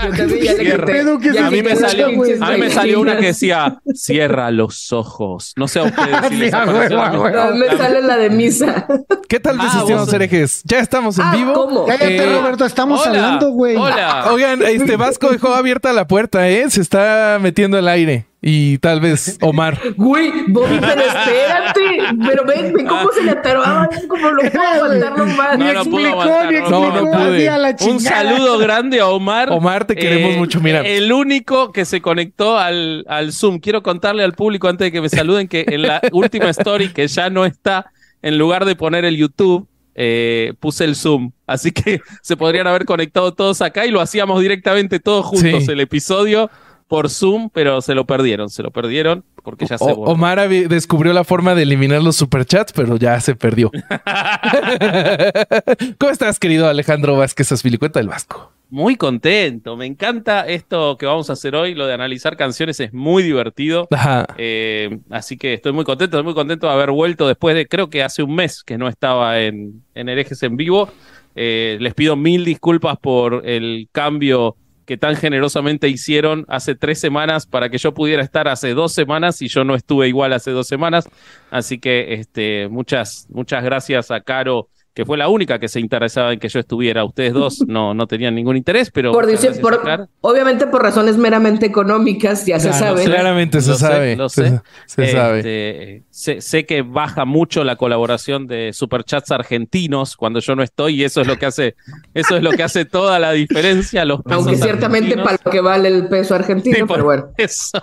Yo también ya le Cierra. quité- Pero que ya se- le A mí me quité las salió, pinches a mí me gallinas. salió una que decía, cierra los ojos. No sé a ustedes si Sí, les a ha parecido. huevo, a huevo. No, me sale la de misa. ¿Qué tal Ah, desistieron vos- los herejes? Ya estamos en Ah, vivo. ¿cómo? Cállate, Eh, Roberto, estamos Hola, hablando, güey. Hola. Oigan, este Vasco dejó abierta la puerta, ¿eh? Se está metiendo el aire. Y tal vez Omar. Güey, Bobby, pero espérate. Pero ven, ven cómo se le atoraba. ven cómo lo puedo aguantar nomás. No, no pudo explicó, aguantar, ni no pudo explicó. No, no pude. Así a la Un chingada. saludo grande a Omar. Eh, Omar, te queremos mucho, mira. El único que se conectó al, al Zoom. Quiero contarle al público antes de que me saluden que en la última story que ya no está, en lugar de poner el YouTube, eh, puse el Zoom. Así que se podrían haber conectado todos acá y lo hacíamos directamente todos juntos Sí. el episodio por Zoom, pero se lo perdieron, se lo perdieron porque ya se O- borró. Omar había- descubrió la forma de eliminar los superchats, pero ya se perdió. ¿Cómo estás, querido Alejandro Vázquez Asfilicueta del Vasco? Muy contento, me encanta esto que vamos a hacer hoy, lo de analizar canciones es muy divertido. Ajá. Eh, así que estoy muy contento, estoy muy contento de haber vuelto después de, creo que hace un mes que no estaba en, en herejes en vivo. Eh, les pido mil disculpas por el cambio que tan generosamente hicieron hace tres semanas para que yo pudiera estar hace dos semanas y yo no estuve igual hace dos semanas. Así que este, muchas, muchas gracias a Caro, que fue la única que se interesaba en que yo estuviera. Ustedes dos no, no tenían ningún interés, pero Por, muchas dice- gracias a por- Caro. obviamente por razones meramente económicas, ya se Claro, sabe. Claramente se Lo sé, sabe. lo se- sé. Se, Este, sabe. Sé, sé que baja mucho la colaboración de superchats argentinos cuando yo no estoy y eso es lo que hace, eso es lo que hace toda la diferencia. Los pesos Aunque ciertamente argentinos. para lo que vale el peso argentino, Sí, por pero bueno. eso.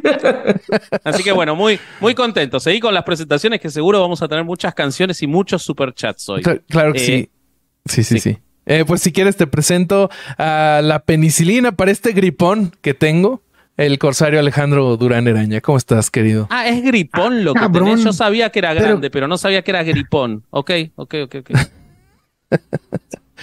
Así que bueno, muy, muy contento. Seguí con las presentaciones que seguro vamos a tener muchas canciones y muchos superchats hoy. Cla- claro que eh, sí. Sí, sí, sí. sí. Eh, pues si quieres te presento a la penicilina para este gripón que tengo, el corsario Alejandro Durán Eraña. ¿Cómo estás, querido? Ah, es gripón lo que Cabrón. tenés. Yo sabía que era Pero- grande, pero, no sabía que era gripón. Ok, ok, ok, ok.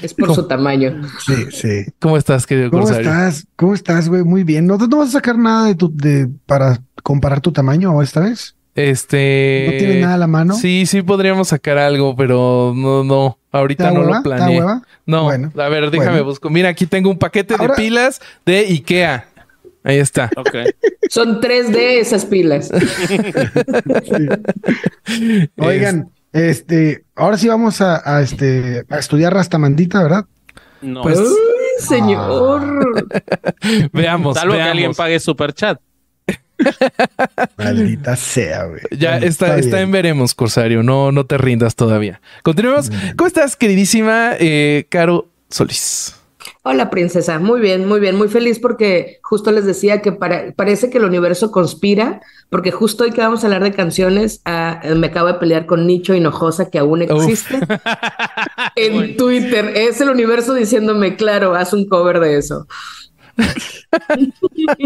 Es por su tamaño. Sí, sí. ¿Cómo estás, querido ¿Cómo corsario? estás? ¿Cómo estás, güey? Muy bien. ¿No, no vas a sacar nada de tu, de, para comparar tu tamaño esta vez? Este. ¿No tienes nada a la mano? Sí, sí podríamos sacar algo, pero no, no. ¿Está Ahorita no hueva? lo ¿Está planeé. hueva? No, Bueno, a ver, déjame bueno. busco. Mira, aquí tengo un paquete Ahora- de pilas de Ikea. Ahí está. ok. Son tres de esas pilas. Oigan, este, ahora sí vamos a, a, este, a estudiar Rastamandita, ¿verdad? No. Pues, Ay, Ah. señor. Es- veamos, Salvo que veamos. alguien pague superchat. Maldita sea, güey. Ya Bueno, está, está bien. en veremos, Corsario. No, no te rindas todavía. Continuemos. ¿Cómo estás, queridísima eh, Caro Solís? Hola, princesa. Muy bien, muy bien. Muy feliz porque justo les decía que para- parece que el universo conspira, porque justo hoy que vamos a hablar de canciones, ah, eh, me acabo de pelear con Nicho Hinojosa, que aún existe, en Twitter. Es el universo diciéndome, claro, haz un cover de eso.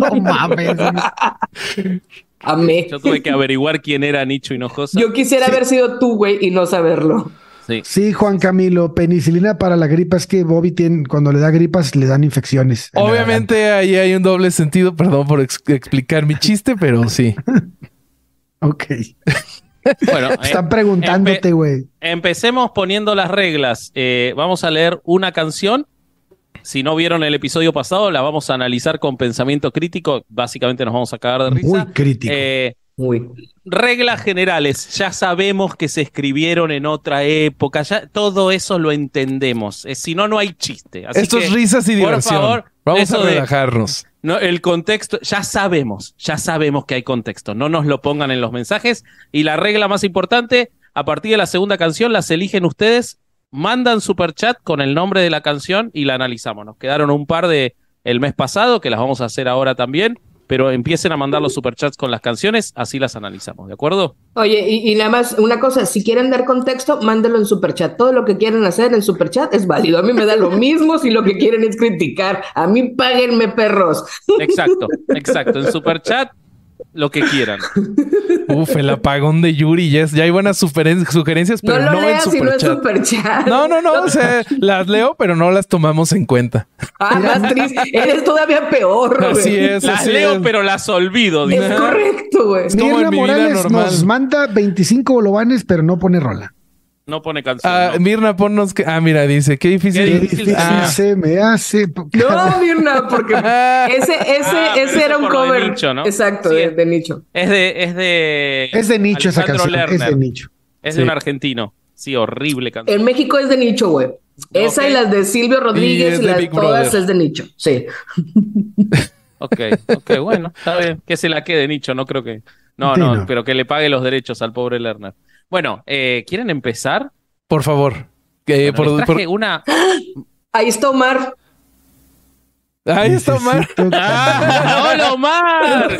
No mames. Amé. Yo tuve que averiguar quién era Nicho Hinojosa. Yo quisiera haber sido tú, güey, y no saberlo. Sí. Sí, Juan Camilo, penicilina para la gripa es que Bobby tiene, cuando le da gripas le dan infecciones. en la Obviamente ahí hay un doble sentido, perdón por ex- explicar mi chiste, pero sí. garganta. Ok. Bueno, eh, Están preguntándote, empe- güey. empecemos poniendo las reglas. Eh, vamos a leer una canción. Si no vieron el episodio pasado, la vamos a analizar con pensamiento crítico. Básicamente nos vamos a cagar de Muy risa. crítico. Eh, Uy. reglas generales. Ya sabemos que se escribieron en otra época. Ya todo eso lo entendemos. Eh, si no, no hay chiste. Así Esto es que- risas y por diversión. favor, Vamos a eso de- relajarnos. No, el contexto, ya sabemos, ya sabemos que hay contexto. No nos lo pongan en los mensajes. Y la regla más importante, a partir de la segunda canción, las eligen ustedes, mandan superchat con el nombre de la canción y la analizamos. Nos quedaron un par de el mes pasado, que las vamos a hacer ahora también, pero empiecen a mandar los superchats con las canciones, así las analizamos, ¿de acuerdo? Oye, y, y nada más, una cosa, si quieren dar contexto, mándelo en superchat. Todo lo que quieren hacer en superchat es válido. A mí me da lo mismo si lo que quieren es criticar. A mí páguenme, perros. Exacto, exacto. En superchat, lo que quieran. Uf, el apagón de Yuri, yes. ya hay buenas suferen- sugerencias, No pero lo no, en leas si no es superchat. superchat. No, no, no, o sea, las leo, pero no las tomamos en cuenta. Ah, más triste. Eres todavía peor, güey. Así es, Las así leo, es. pero las olvido. dice. Es correcto, güey. como Mirna en mi vida Morales normal. nos manda 25 bolobanes, pero no pone rola. No pone canción. Ah, no. Mirna, ponnos que. Ah, mira, dice, qué difícil. Qué Qué difícil. difícil Ah. se me hace. po- No, Mirna, porque ese, ese, Ah, pero ese eso era un por lo de cover. nicho, ¿no? Exacto, Sí. de, de nicho. Es de. Es de, Es de nicho esa Alejandro canción. Es Lerner. de nicho. Es Sí. de un argentino. Sí, horrible canción. En México es de nicho, güey. Esa Ok. y las de Silvio Y es Rodríguez y, de las Big todas Brother. es de nicho. Sí. Ok, ok, bueno, está bien. Que se la quede, Nicho, no creo que. No, Sí, no, no. pero que le pague los derechos al pobre Lerner. Bueno, eh, ¿quieren empezar? Por favor. Que Bueno, Eh, por- les por- traje una. Ahí está Omar. Ahí está Omar. Necesito- ¡Ah! ¡Hola, Omar!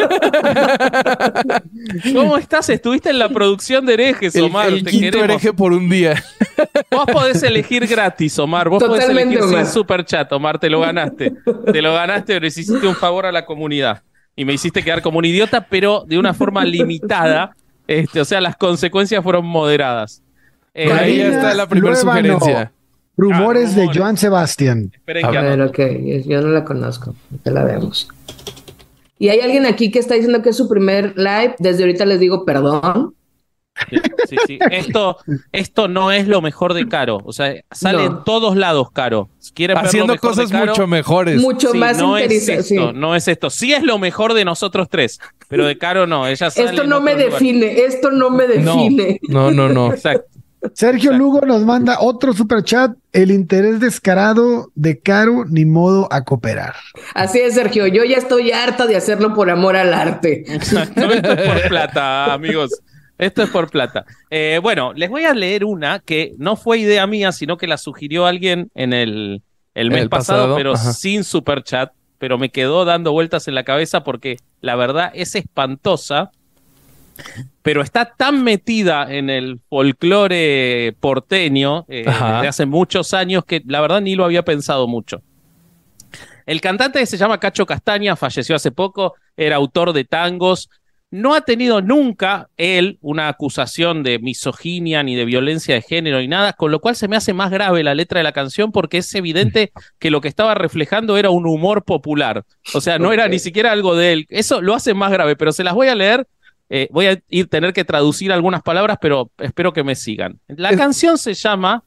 ¿Cómo estás? Estuviste en la producción de herejes, El, Omar. el Te quinto queremos. hereje por un día. Vos podés elegir gratis, Omar. Vos podés Totalmente, elegir Omar. sin superchat, Omar. Te lo ganaste. Te lo ganaste, pero hiciste un favor a la comunidad. Y me hiciste quedar como un idiota, pero de una forma limitada. Este, o sea, las consecuencias fueron moderadas. Eh, Por ahí ya Karina está la primera Luevano. sugerencia. Ah, Rumores de rumores. Joan Sebastián. esperen A que A anoto. ver, ok, yo- yo no la conozco, ya la vemos. Y hay alguien aquí que está diciendo que es su primer live, desde ahorita les digo perdón. Sí, sí, sí. Esto, esto no es lo mejor de Caro. O sea, sale No. en todos lados Caro. Si quieren ver lo Haciendo mejor de cosas Caro, mucho mejores. Mucho Pues, sí, más no es interesante. sí. esto, no es esto. Sí es lo mejor de nosotros tres, pero de Caro no. Ella sale Esto en no me otro lugar. define, esto no me no, define. no, no, no. Exacto. Sergio Lugo nos manda otro superchat. El interés descarado de Caro, ni modo a cooperar. Así es, Sergio, yo ya estoy harta de hacerlo por amor al arte. Exacto, esto es por plata, amigos. Esto es por plata. Eh, bueno, les voy a leer una que no fue idea mía, sino que la sugirió alguien en el, el mes El pasado, pasado, pero ajá. sin super chat. Pero me quedó dando vueltas en la cabeza porque la verdad es espantosa. Pero está tan metida en el folclore porteño eh, Ajá. de hace muchos años que la verdad ni lo había pensado mucho. El cantante se llama Cacho Castaña, falleció hace poco, era autor de tangos. No ha tenido nunca él una acusación de misoginia ni de violencia de género ni nada, con lo cual se me hace más grave la letra de la canción porque es evidente que lo que estaba reflejando era un humor popular. O sea, no era Ok. ni siquiera algo de él. Eso lo hace más grave, pero se las voy a leer. Eh, voy a ir tener que traducir algunas palabras, pero espero que me sigan. La Es- canción se llama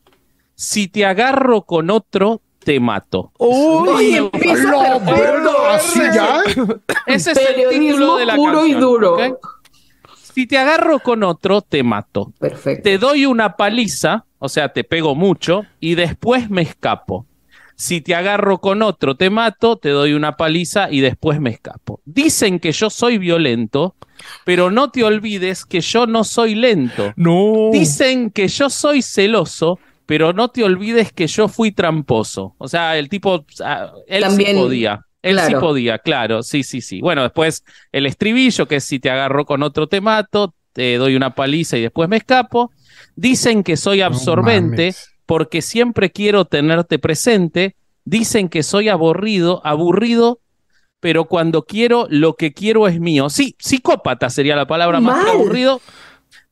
Si te agarro con otro, te mato. Uy, Uy, empieza ¡Lo perfecto. bueno, así ya! Ese es el título Periodismo de la puro canción, y duro. ¿ok? Si te agarro con otro, te mato. Perfecto. Te doy una paliza, o sea, te pego mucho, y después me escapo. Si te agarro con otro, te mato, te doy una paliza y después me escapo. Dicen que yo soy violento, pero no te olvides que yo no soy lento. no. Dicen que yo soy celoso, pero no te olvides que yo fui tramposo. O sea, el tipo, ah, él También, sí podía. Él sí claro. podía, claro, sí, sí, sí. Bueno, después el estribillo, que es si te agarro con otro te mato, te doy una paliza y después me escapo. Dicen que soy absorbente mames. porque siempre quiero tenerte presente. Dicen que soy aburrido, aburrido, pero cuando quiero, lo que quiero es mío. Sí, psicópata sería la palabra más que Mal. aburrido.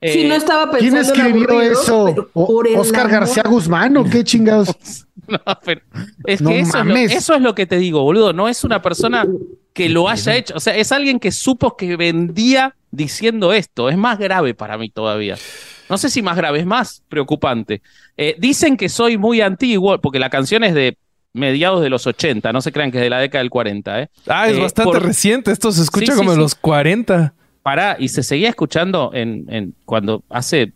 si Eh, no estaba ¿Quién pensando en escribió aburrido, eso? pero O- por el ¿Oscar amor- García Guzmán o qué chingados? No, pero es No que eso es, lo, mames. eso es lo que te digo, boludo. No es una persona que lo haya hecho. O sea, es alguien que supo que vendía diciendo esto. Es más grave para mí todavía. No sé si más grave, es más preocupante. Eh, dicen que soy muy antiguo, porque la canción es de mediados de los 80, no se crean que es de la década del 40, ¿eh? Ah, es Eh, bastante por- reciente. Esto se escucha Sí, sí, como de sí. los 40. Pará, y se seguía escuchando en, en- cuando hace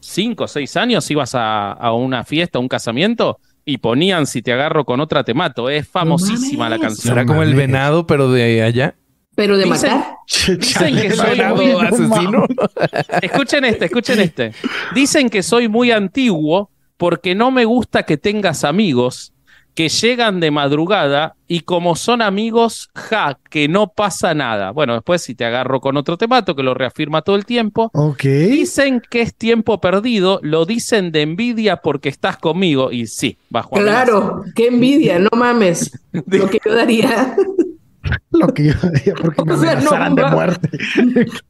cinco o seis años ibas a, a una fiesta, a un casamiento, y ponían si te agarro con otra te mato. Es famosísima la mames. canción. Será como el mames. venado, pero de allá. Pero de Dicen- matar. Dicen Chale, que soy venado, muy- no asesino. mames. Escuchen este, escuchen este. Dicen que soy muy antiguo porque no me gusta que tengas amigos que llegan de madrugada y como son amigos, ja, que no pasa nada. Bueno, después si te agarro con otro te mato, que lo reafirma todo el tiempo. Ok. Dicen que es tiempo perdido, lo dicen de envidia porque estás conmigo y sí, bajo amenaza. Claro, qué envidia, no mames. Lo que yo daría Lo que yo diría porque me O sea, no amenazaran de mames. muerte.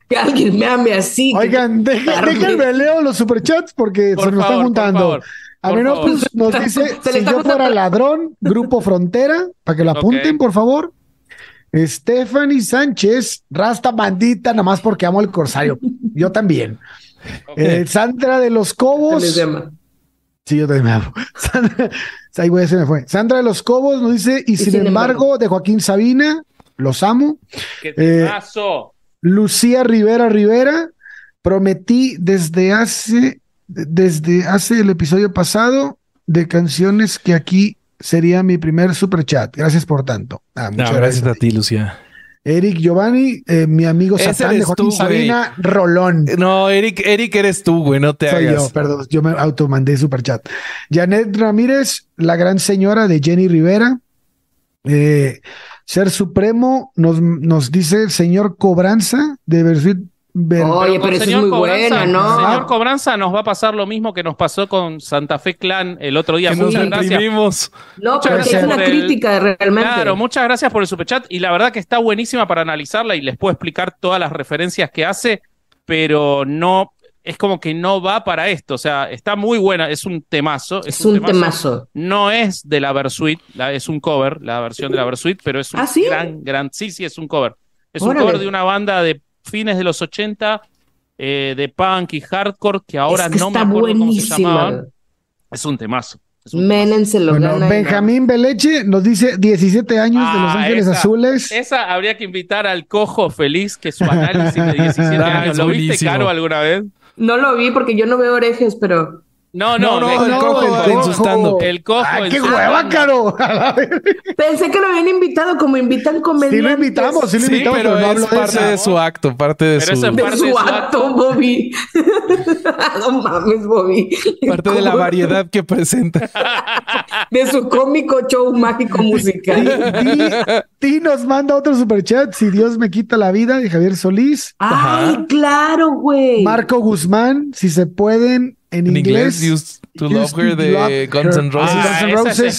que alguien me ame así. que- Oigan, deja- Carmen. déjenme leo los superchats porque Por se nos están favor, por juntando. favor, A por ver, no, favor. pues, nos dice, Se le si está yo fuera juntando- ladrón, Grupo Frontera, para que lo apunten, Ok. por favor. Stephanie Sánchez, Rasta Bandita, nada más porque amo al Corsario. Yo también. Eh, Sandra de los Cobos. Se les llama. Sí, yo también me amo. Sandra, ahí voy, se me fue. Sandra de los Cobos nos dice, y, sin, sin embargo, embargo. de Joaquín Sabina, los amo. ¡Qué Eh, temazo! Lucía Rivera Rivera, prometí desde hace, desde hace el episodio pasado de canciones que aquí sería mi primer super chat. Gracias por tanto. Ah, No, muchas gracias gracias. a ti, Lucía. Eric Giovanni, eh, mi amigo Ese Satán de eres Joaquín tú, güey. Sabina, Rolón. Eh, No, Eric, Eric eres tú, güey, no te Soy yo, hagas. perdón, yo me automandé superchat. Janet Ramírez, la gran señora de Jenny Rivera. Eh, Ser Supremo nos, nos dice señor Cobranza de Versuit. Ver- Oye, pero esa es muy buena, ¿no? Señor Ah. Cobranza nos va a pasar lo mismo que nos pasó con Santa Fe Clan el otro día. Que nos Muchas gracias. reprimimos. No, Muchas pero es gracias una por el- crítica realmente. Claro, muchas gracias por el superchat y la verdad que está buenísima para analizarla y les puedo explicar todas las referencias que hace, pero no es como que no va para esto, o sea, está muy buena, es un temazo, es un temazo. No es de la Versuit, la- es un cover, la versión de la Versuit, pero es un ¿Ah, sí? gran, gran, sí, sí, es un cover. Es Órale. un cover de una banda de fines de los 80 eh, de punk y hardcore que ahora es que no me está acuerdo cómo se buenísima. llamaban. Es un temazo. es un Menen se lo Bueno, gana. Benjamín Beleche nos dice 17 años de Los Ah, Ángeles esa. Azules. Esa habría que invitar al cojo feliz, que su análisis de 17 Ah, años. es ¿Lo viste, buenísimo. Caro, alguna vez? No lo vi porque yo no veo orejas, pero No, no, No, no, de- el cojo el en su cojo. stand-up. el cojo. ¡Ah, en qué su hueva, banda. caro! A la verga. pensé que lo habían invitado como invitan sí comediantes. lo invitamos, sí lo Sí, invitamos, pero, pero no es hablo de parte esa. de su acto, parte de Pero eso su... es De su acto, Bobby. no mames, Bobby. Parte de la variedad que presenta. De su cómico show mágico musical. Di, Di nos manda otro superchat, si Dios me quita la vida, de Javier Solís. Ay, claro, güey. Marco Guzmán, si se pueden, en, En inglés. inglés, Used to Love Used Her to de Love Guns Her. N' Ah, Roses. Guns N' esa Roses. es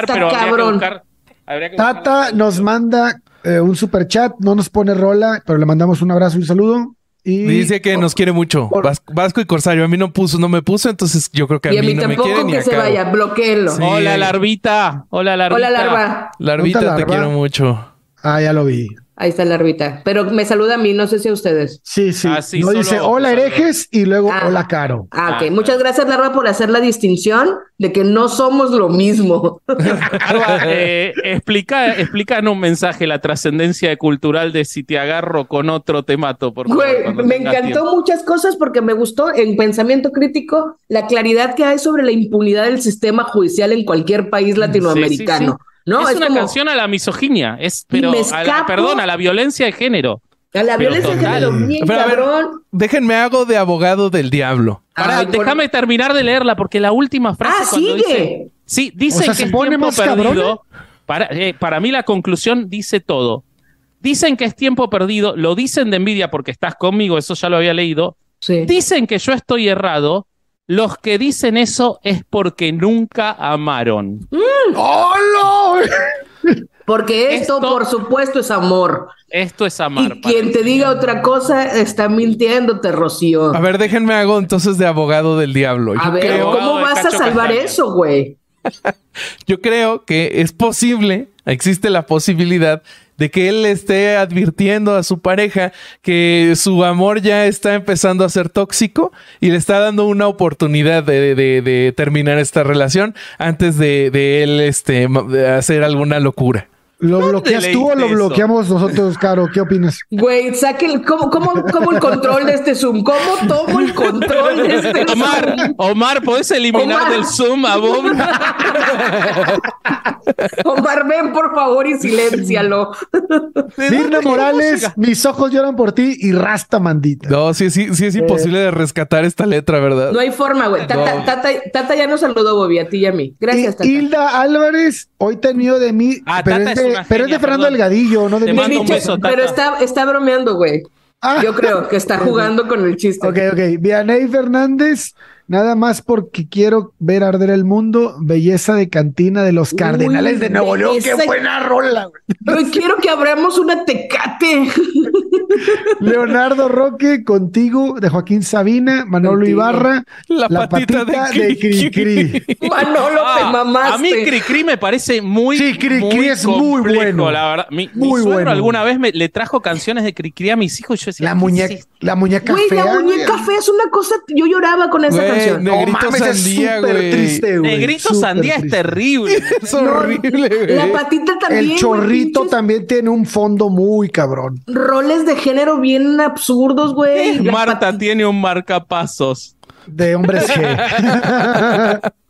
Puta, está pero habría cabrón. que buscar. habría que buscar Tata la- nos manda eh, un superchat, no nos pone rola, pero le mandamos un abrazo y un saludo. Y Dice que nos quiere mucho. Por- Vas- Vasco y Corsario. A mí no puso, no me puso, entonces yo creo que a y a mí, mí no me quiere tampoco ni que a se Caro. vaya, bloqueenlo. Sí. Hola, larvita. Hola, larvita. Hola, larva. Larvita, Puta te larva. quiero mucho. Ah, ya lo vi. Ahí está larvita. Pero me saluda a mí, no sé si a ustedes. Sí, sí. Ah, sí, no solo- dice hola herejes y luego Ah. hola caro. Ah, ok. Ah, Muchas gracias, Larva, por hacer la distinción de que no somos lo mismo. Larva, eh, explica, explica en un mensaje la trascendencia cultural de si te agarro con otro te mato. Por favor, Güey, cuando me tengas encantó tiempo. muchas cosas porque me gustó en pensamiento crítico la claridad que hay sobre la impunidad del sistema judicial en cualquier país latinoamericano. sí. ¿no? es, una como canción a la misoginia, es Y me pero a la, escapo. perdón, a la violencia de género. a la pero violencia de total. género, bien Pero a ver, cabrón. déjenme hago de abogado del diablo. Pará, Ay, Ah, por- déjame terminar de leerla porque la última frase Ah, cuando sigue. dice, sí, dice O sea, que ¿se es pone tiempo más cabrona? perdido. Para, eh, para mí la conclusión dice todo. Dicen que es tiempo perdido, lo dicen de envidia porque estás conmigo, eso ya lo había leído. Sí. Dicen que yo estoy errado. Los que dicen eso es porque nunca amaron. ¡Hola! Porque esto, Esto- por supuesto, es amor. Esto es amar. y para quien mí. te diga otra cosa está mintiéndote, Rocío. A A ver, ver, déjenme hago entonces de abogado del diablo. Yo, creo, ¿cómo Abogado de vas a Cacho salvar Castaña. eso, güey? yo creo que es posible, existe la posibilidad de que él esté advirtiendo a su pareja que su amor ya está empezando a ser tóxico y le está dando una oportunidad de, de- de terminar esta relación antes de, de él este, ma- de hacer alguna locura. ¿Lo bloqueas tú o lo leíste eso? bloqueamos nosotros, Caro? ¿Qué opinas? Güey, saque el, ¿cómo, cómo, cómo el control de este Zoom? ¿Cómo tomo el control de este Omar, Zoom? Omar, ¿podés eliminar Omar. del Zoom a Bob? Omar, ven por favor y siléncialo. Mirna Morales, mis ojos lloran por ti y Rasta Mandita. No, sí, sí, sí es imposible de rescatar esta letra, ¿verdad? Eh. No hay forma, güey. Tata, No. tata, tata ya nos saludó, Bobby, a ti y a mí. Y- Gracias, Tata. Hilda Álvarez, hoy te mío de mí, Ah, pero, Tata es de, es una pero es de genia, Fernando perdón. Delgadillo, no de Te mí. mando un Dice- beso, Tata. Pero está, está bromeando, güey. Ah, Yo creo que está jugando con el chiste. ok, ok. Vianey Fernández, Nada más porque quiero ver arder el mundo, belleza de cantina de los Cardenales de Nuevo León. ¡Qué belleza- buena rola! güey. Yo quiero que abramos una tecate. Leonardo Roque, contigo, de Joaquín Sabina, Manolo Contigo. Ibarra, La patita de Cri Cri-Cri. Cri. Manolo, te Ah, mamaste. A mí Cricri me parece muy. Sí, Cricri muy es muy complejo, bueno. La verdad. Mi, mi Muy suegro bueno. alguna vez me- le trajo canciones de Cricri a mis hijos y yo decía. La ¿qué muñeca, es esto? la muñeca Güey, fea. la muñeca güey. fea es una cosa. Yo lloraba con esa Güey, canción. no. Negrito es Sandía, súper güey. triste, güey. Negrito Súper Sandía es triste. terrible. Es horrible, güey. La patita también. El güey, chorrito pinches también tiene un fondo muy cabrón. Roles de género bien absurdos, güey. La Marta pati- tiene un marcapasos. De hombres G.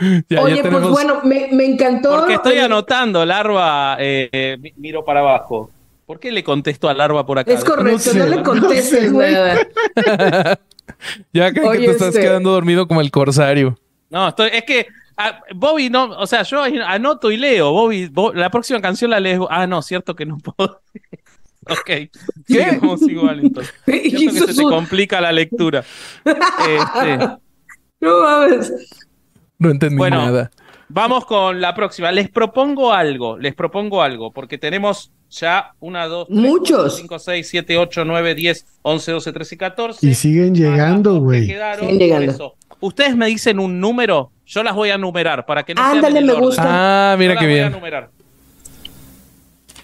Ya, ya Oye, tenemos- pues bueno, me, me encantó. Porque estoy Eh, anotando, larva. eh, eh, mi- miro para abajo. ¿Por qué le contesto a larva por acá? Es correcto, sé, no, le no contestes, sé, güey. Ya creo que Oye, te estás este- quedando dormido como el corsario. No, estoy, es que ah, Bobby no, o sea, yo anoto y leo. Bobby, Bo- la próxima canción la lees. vos. Ah, no, cierto que no puedo. ok, sigamos igual entonces. Cierto Hizo que se te su- complica la lectura. Este, No mames. No entendí Bueno. nada. vamos con la próxima. Les propongo algo, les propongo algo, porque tenemos ya una, dos, tres, Muchos. cuatro, cinco, seis, siete, ocho, nueve, diez, once, doce, trece y catorce. y siguen Más las llegando, dos que güey. Ah, quedaron, Siguen llegando. por eso. Ustedes me dicen un número, yo las voy a numerar para que no sean Ándale, en el me orden. gusta. Ah, mira Yo qué la voy a bien. numerar.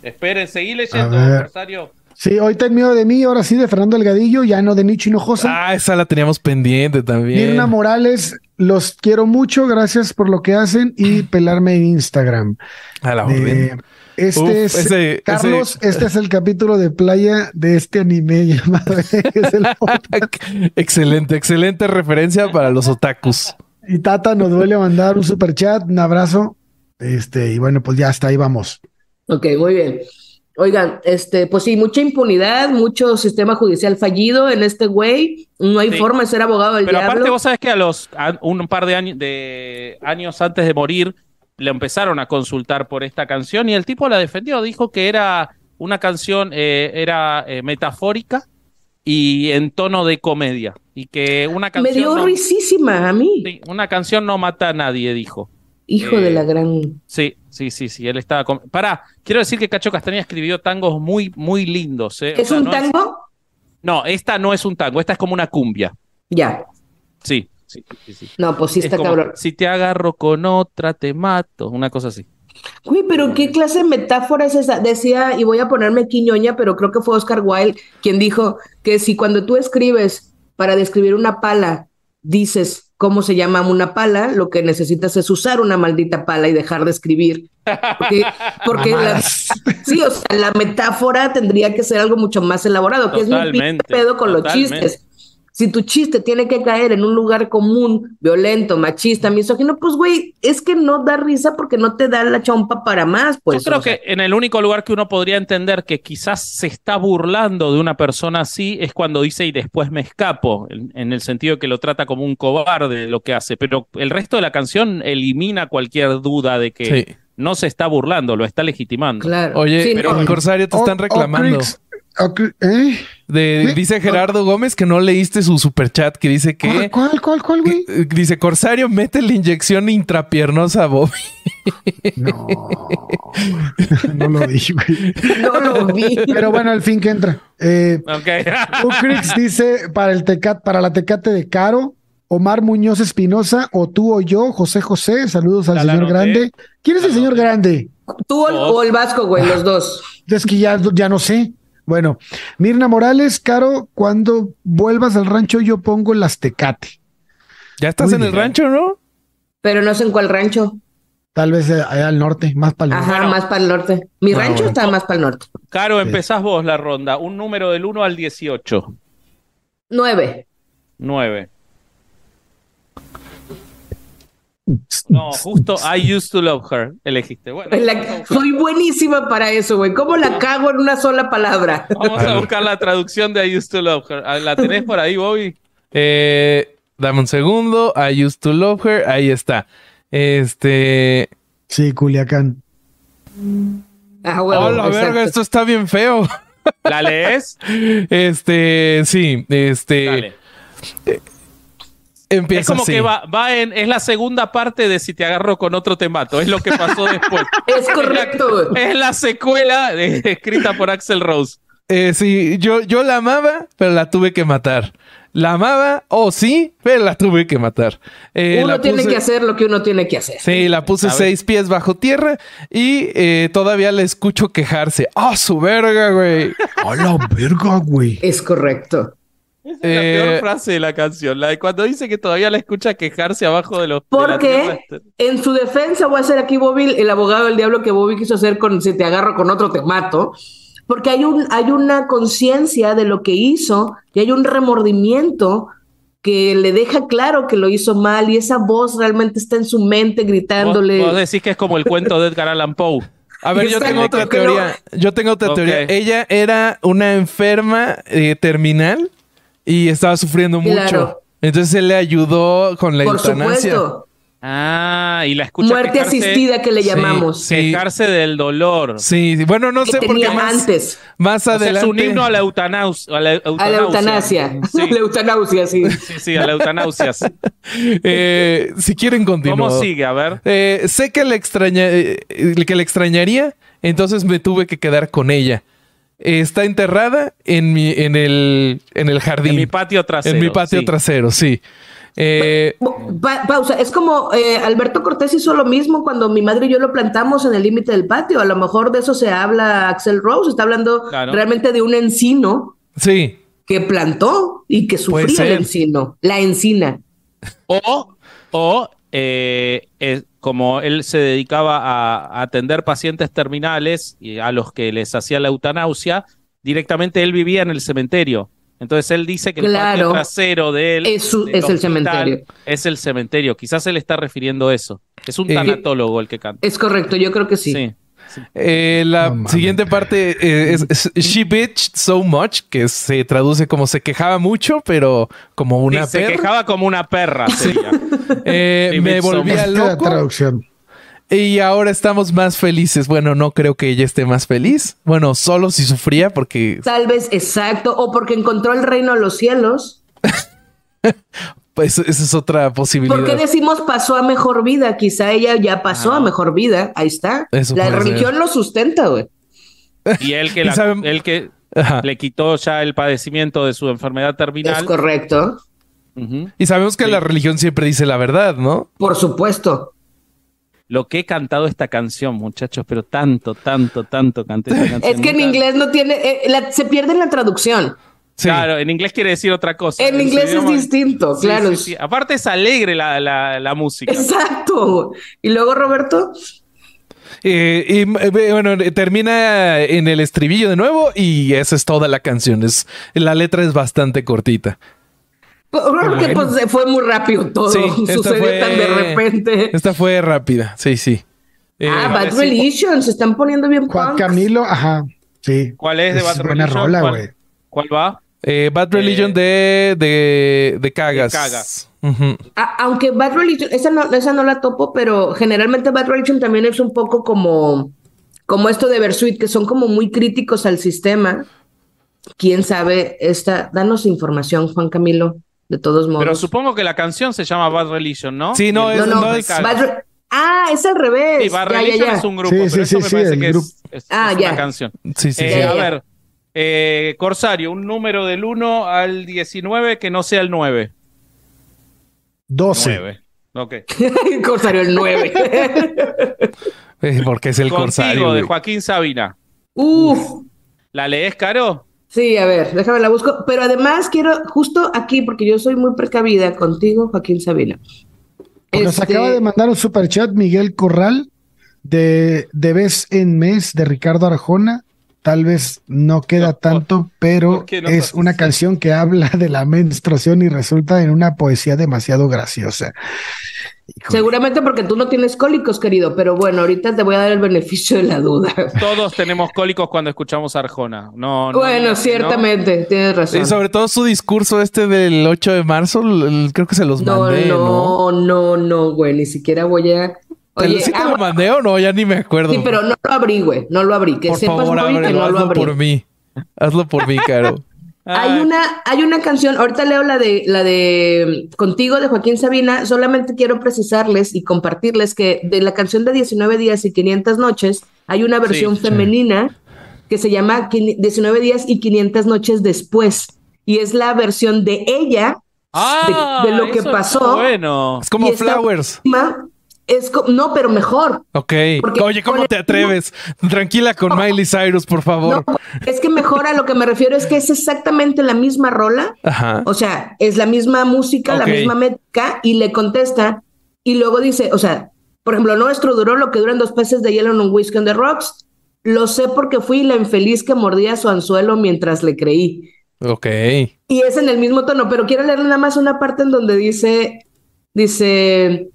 Esperen, seguí leyendo, A ver. Rosario. Sí, hoy ten miedo de mí, ahora sí de Fernando Delgadillo, ya no de Nicho Hinojosa. Ah, esa la teníamos pendiente también. Mirna Morales, los quiero mucho, gracias por lo que hacen y Mm. pelarme en Instagram. A la Eh, orden. este Uf, es ese- ese- Carlos, este es el capítulo de playa de este anime llamado es el podcast. excelente, excelente referencia para los otakus. y Tata nos duele mandar un super chat, un abrazo. Este, y bueno, pues ya hasta ahí vamos. Ok, muy bien. Oigan, este, pues sí, mucha impunidad, mucho sistema judicial fallido en este güey. No hay Sí. forma de ser abogado del Pero diablo. aparte vos sabés que a los a un par de años de años antes de morir le empezaron a consultar por esta canción y el tipo la defendió, dijo que era una canción eh, era eh, metafórica y en tono de comedia y que una Me canción dio no, risísima a mí. sí, una canción no mata a nadie, dijo. Hijo Eh, de la gran. Sí, sí, sí, sí, él estaba con... Pará, quiero decir que Cacho Castaña escribió tangos muy muy lindos, eh. O ¿Es sea, un no tango? No, esta no es un tango, esta es como una cumbia. Ya. Sí, sí, sí. sí. No, pues sí Es está como, cabrón. Si te agarro con otra, te mato. Una cosa así. Güey, pero ¿qué clase de metáfora es esa? Decía, y voy a ponerme aquí ñoña, pero creo que fue Oscar Wilde quien dijo que si cuando tú escribes para describir una pala, dices cómo se llama una pala, lo que necesitas es usar una maldita pala y dejar de escribir. Porque, porque la- Mamadas. sí, o sea, la metáfora tendría que ser algo mucho más elaborado, que es mi Totalmente, pinche pedo con totalmente. los chistes. Si tu chiste tiene que caer en un lugar común, violento, machista, misógino, pues güey, es que no da risa porque no te da la chompa para más, pues. Yo creo o sea. que en el único lugar que uno podría entender que quizás se está burlando de una persona así es cuando dice y después me escapo, en, en el sentido que lo trata como un cobarde lo que hace. Pero el resto de la canción elimina cualquier duda de que Sí. no se está burlando, lo está legitimando. Claro. Oye, Sí, pero no, el Corsario te O- están o reclamando. Oh, Crix- o Cri- ¿eh? De- Sí. dice Gerardo Gómez que no leíste su superchat que dice que. ¿Cuál, cuál, cuál, cuál, güey? que- Dice Corsario, mete la inyección intrapiernosa a Bobby. No, no lo vi, güey. no lo vi. Pero bueno, al fin que entra. Eh, Ok. Ucrix dice para el tecat, para la tecate de Caro, Omar Muñoz Espinosa, o tú o yo, José José, saludos al Ya la señor anoté. Grande. ¿Quién es el La señor anoté. Grande? Tú o, o el Vasco, güey, los dos. Es que ya, ya no sé. Bueno, Mirna Morales, Caro, cuando vuelvas al rancho yo pongo las tecate. Ya estás Muy en el bien. rancho, ¿no? Pero no sé en cuál rancho. Tal vez eh, allá al norte, más para el Ajá, norte. Bueno. más para el norte. Mi Ah, rancho bueno. está más para el norte. Caro, empezás vos la ronda. Un número del 1 al 18. Nueve. 9. No, justo I used to love her. Elegiste. Bueno, Es vamos a la- buscar- soy buenísima para eso, güey. ¿Cómo la cago en una sola palabra? vamos a buscar la traducción de I used to love her. Ah, ¿La tenés por ahí, Bobby? Eh, dame un segundo. I used to love her. Ahí está. Este. Sí, Culiacán. Ah, güey, Hola, exacto. verga, esto está bien feo. ¿La lees? Este, sí, este. Dale. Empieza es como así. que va, va en, es la segunda parte de si te agarro con otro te mato, es lo que pasó después. Es correcto, güey. Es la secuela eh, escrita por Axel Rose. Eh, sí, yo, yo la amaba, pero la tuve que matar. La amaba, oh sí, pero la tuve que matar. Eh, Uno la tiene puse- que hacer lo que uno tiene que hacer. Sí, la puse A ver. seis pies bajo tierra y eh, todavía la escucho quejarse. ¡Ah, su verga, güey! A la verga, güey. Es correcto. Esa es la peor Eh, frase de la canción, la de cuando dice que todavía la escucha quejarse abajo de los. de la Porque tierra. en su defensa voy a ser aquí Bobby, el abogado del diablo que Bobby quiso hacer con si te agarro con otro te mato, porque hay un hay una conciencia de lo que hizo y hay un remordimiento que le deja claro que lo hizo mal y esa voz realmente está en su mente Vos, gritándole. vos decís que es como el cuento de Edgar Allan Poe. A ver, yo Exacto, tengo otra que no. teoría. Yo tengo otra Ok. teoría. Ella era una enferma eh, terminal y estaba sufriendo Claro. mucho. Entonces él le ayudó con la por eutanasia. supuesto, Ah, y la escucha muerte quejarse, asistida que le Sí, llamamos. sí, quejarse del dolor. Sí, sí. bueno, no que sé por qué tenía más, antes más O sea, adelante. es un himno a la eutanaus- a la eutanasia. a la eutanasia, Sí, la eutanasia sí. sí, sí, a la eutanasia. Eh, si quieren continuar. ¿Cómo sigue? A ver. Eh, sé que le, extraña, eh, eh, que le extrañaría, entonces me tuve que quedar con ella. Eh, está enterrada en, mi, en, el, en el jardín. En mi patio trasero. En mi patio sí. trasero, sí. Eh, Pa- pausa, es como eh, Alberto Cortés hizo lo mismo cuando mi madre y yo lo plantamos en el límite del patio. A lo mejor de eso se habla Axel Rose, está hablando Claro. realmente de un encino sí. que plantó y que Puede sufría el ser. encino, la encina. O, o eh, eh, como él se dedicaba a, a atender pacientes terminales y a los que les hacía la eutanausia, directamente él vivía en el cementerio. Entonces él dice que el patio Claro. trasero de él Es su- del es el hospital, cementerio. Es el cementerio. Quizás él está refiriendo eso. Es un Eh, tanatólogo el que canta. Es correcto, yo creo que sí. Sí. Eh, la No mames. siguiente parte eh, es, es She bitched so much, que se traduce como se quejaba mucho, pero como Sí, una se perra. quejaba como una perra. sería. Eh, She me bitched so volvía Esta es la loco traducción. y ahora estamos más felices. Bueno, no creo que ella esté más feliz. Bueno, solo si sufría porque Tal vez exacto, o porque encontró el reino de los cielos. pues, esa es otra posibilidad. ¿Por qué decimos pasó a mejor vida? Quizá ella ya pasó a mejor vida. Ahí está. Eso la puede ser. religión lo sustenta, güey. Y él que, Y Ah. la- saben- él que Ajá. le quitó ya el padecimiento de su enfermedad Es terminal. correcto. Ujú. Y sabemos que la religión siempre dice la verdad, ¿no? Por supuesto. lo que he cantado esta canción, muchachos, pero tanto, tanto, tanto canté esta canción. Es que en Nunca- inglés no tiene, eh, la- se pierde en la traducción. Sí. Claro, en inglés quiere decir otra cosa. En su inglés es idioma- distinto, Sí, claro. sí, sí. Aparte es alegre la, la- la música. Exacto. Y luego, Roberto, Eh, y eh, bueno, eh, termina en el estribillo de nuevo y esa es toda la canción. Es, la letra es bastante cortita. porque bueno. pues, fue muy rápido todo. Sí, este esta Sucedió fue- tan de repente. Esta fue rápida, sí, sí. Eh, ah, vale, Bad sí. Religion, se están poniendo bien Juan punk. Camilo, ajá. Sí. ¿Cuál es de Esa Bad buena Religion? rola, ¿Cuál? güey. ¿Cuál va? eh, Bad Religion de, de, de Cagas. de Cagas. Ujú. A- aunque Bad Religion, esa no, esa no la topo, pero generalmente Bad Religion también es un poco como, como esto de Versuit, que son como muy críticos al sistema. Quién sabe, esta, danos información, Juan Camilo, de todos modos. Pero supongo que la canción se llama Bad Religion, ¿no? Sí, no, Y el es- No, grupo no, de es- Cagas. Bad Re- Ah, es al revés. Sí, Bad Ya, ya, Religion ya. es un grupo, Sí, pero sí, eso sí, me sí, parece el que es- grupo. es, Ah, es ya. una canción. Sí, sí. Eh, Ya, ya, a ya. ver, eh, Corsario, un número del 1 al 19 que no sea el 9. Oh, 12. 9. Ok. Corsario el 9. Eh, porque es el Contigo, corsario. de güey. Joaquín Sabina. Uf. ¿La lees, Caro? Sí, a ver, déjame la busco. Pero además quiero, justo aquí, porque yo soy muy precavida contigo, Joaquín Sabina. Nos Este, acaba de mandar un superchat Miguel Corral de, de vez en mes de Ricardo Arjona. Tal vez no queda No, tanto, pero ¿por qué no es haces una eso? canción que habla de la menstruación y resulta en una poesía demasiado graciosa. Híjole. Seguramente porque tú no tienes cólicos, querido, pero bueno, ahorita te voy a dar el beneficio de la duda. Todos tenemos cólicos cuando escuchamos Arjona. No, no, bueno, no, ciertamente, tienes razón. Y sobre todo su discurso este del 8 de marzo, l- l- creo que se los no, mandé, ¿no? no, no, no, güey, ni siquiera voy a... ¿Te lo- Oye, sí te ah, lo mandé o no? Ya ni me acuerdo. sí, pero no lo abrí, güey, no lo abrí. Que por sepas, favor, Bobby, que ábrelo, no lo hazlo abrí. por mí. Hazlo por mí, Caro. Hay una, hay una canción, ahorita leo la de, la de Contigo de Joaquín Sabina, solamente quiero precisarles y compartirles que de la canción de 19 días y 500 noches hay una versión sí. femenina que se llama 19 días y 500 noches después y es la versión de ella Ah, de lo que eso está pasó. Bueno, Es como y esta- Flowers. Ma, Es co- no, pero mejor. Ok. Porque- Oye, ¿cómo te atreves? Tranquila con Miley Cyrus, por favor. No, es que mejor a lo que me refiero es que es exactamente la misma rola. Ajá. O sea, es la misma música, Ok. la misma métrica, y le contesta, y luego dice, o sea, por ejemplo, nuestro duró lo que duran dos peces de hielo en un whisky on the rocks. Lo sé porque fui la infeliz que mordía su anzuelo mientras le creí. Ok. Y es en el mismo tono, pero quiero leer nada más una parte en donde dice, dice,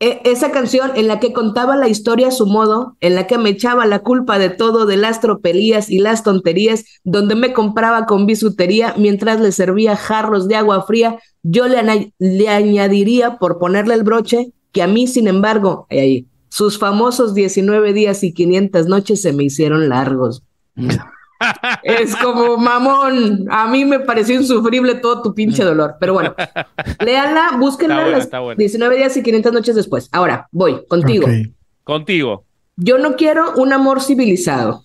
"E- esa canción en la que contaba la historia a su modo, en la que me echaba la culpa de todo, de las tropelías y las tonterías, donde me compraba con bisutería mientras le servía jarros de agua fría, yo le, ana- le añadiría por ponerle el broche que a mí, sin embargo, ahí, ahí, sus famosos 19 días y 500 noches se me hicieron largos. Es como, mamón, a mí me pareció insufrible todo tu pinche dolor. Pero bueno, léanla, búsquenla Está buena, las está buena. 19 días y 500 noches después. Ahora, voy contigo. Ok. contigo. Yo no quiero un amor civilizado.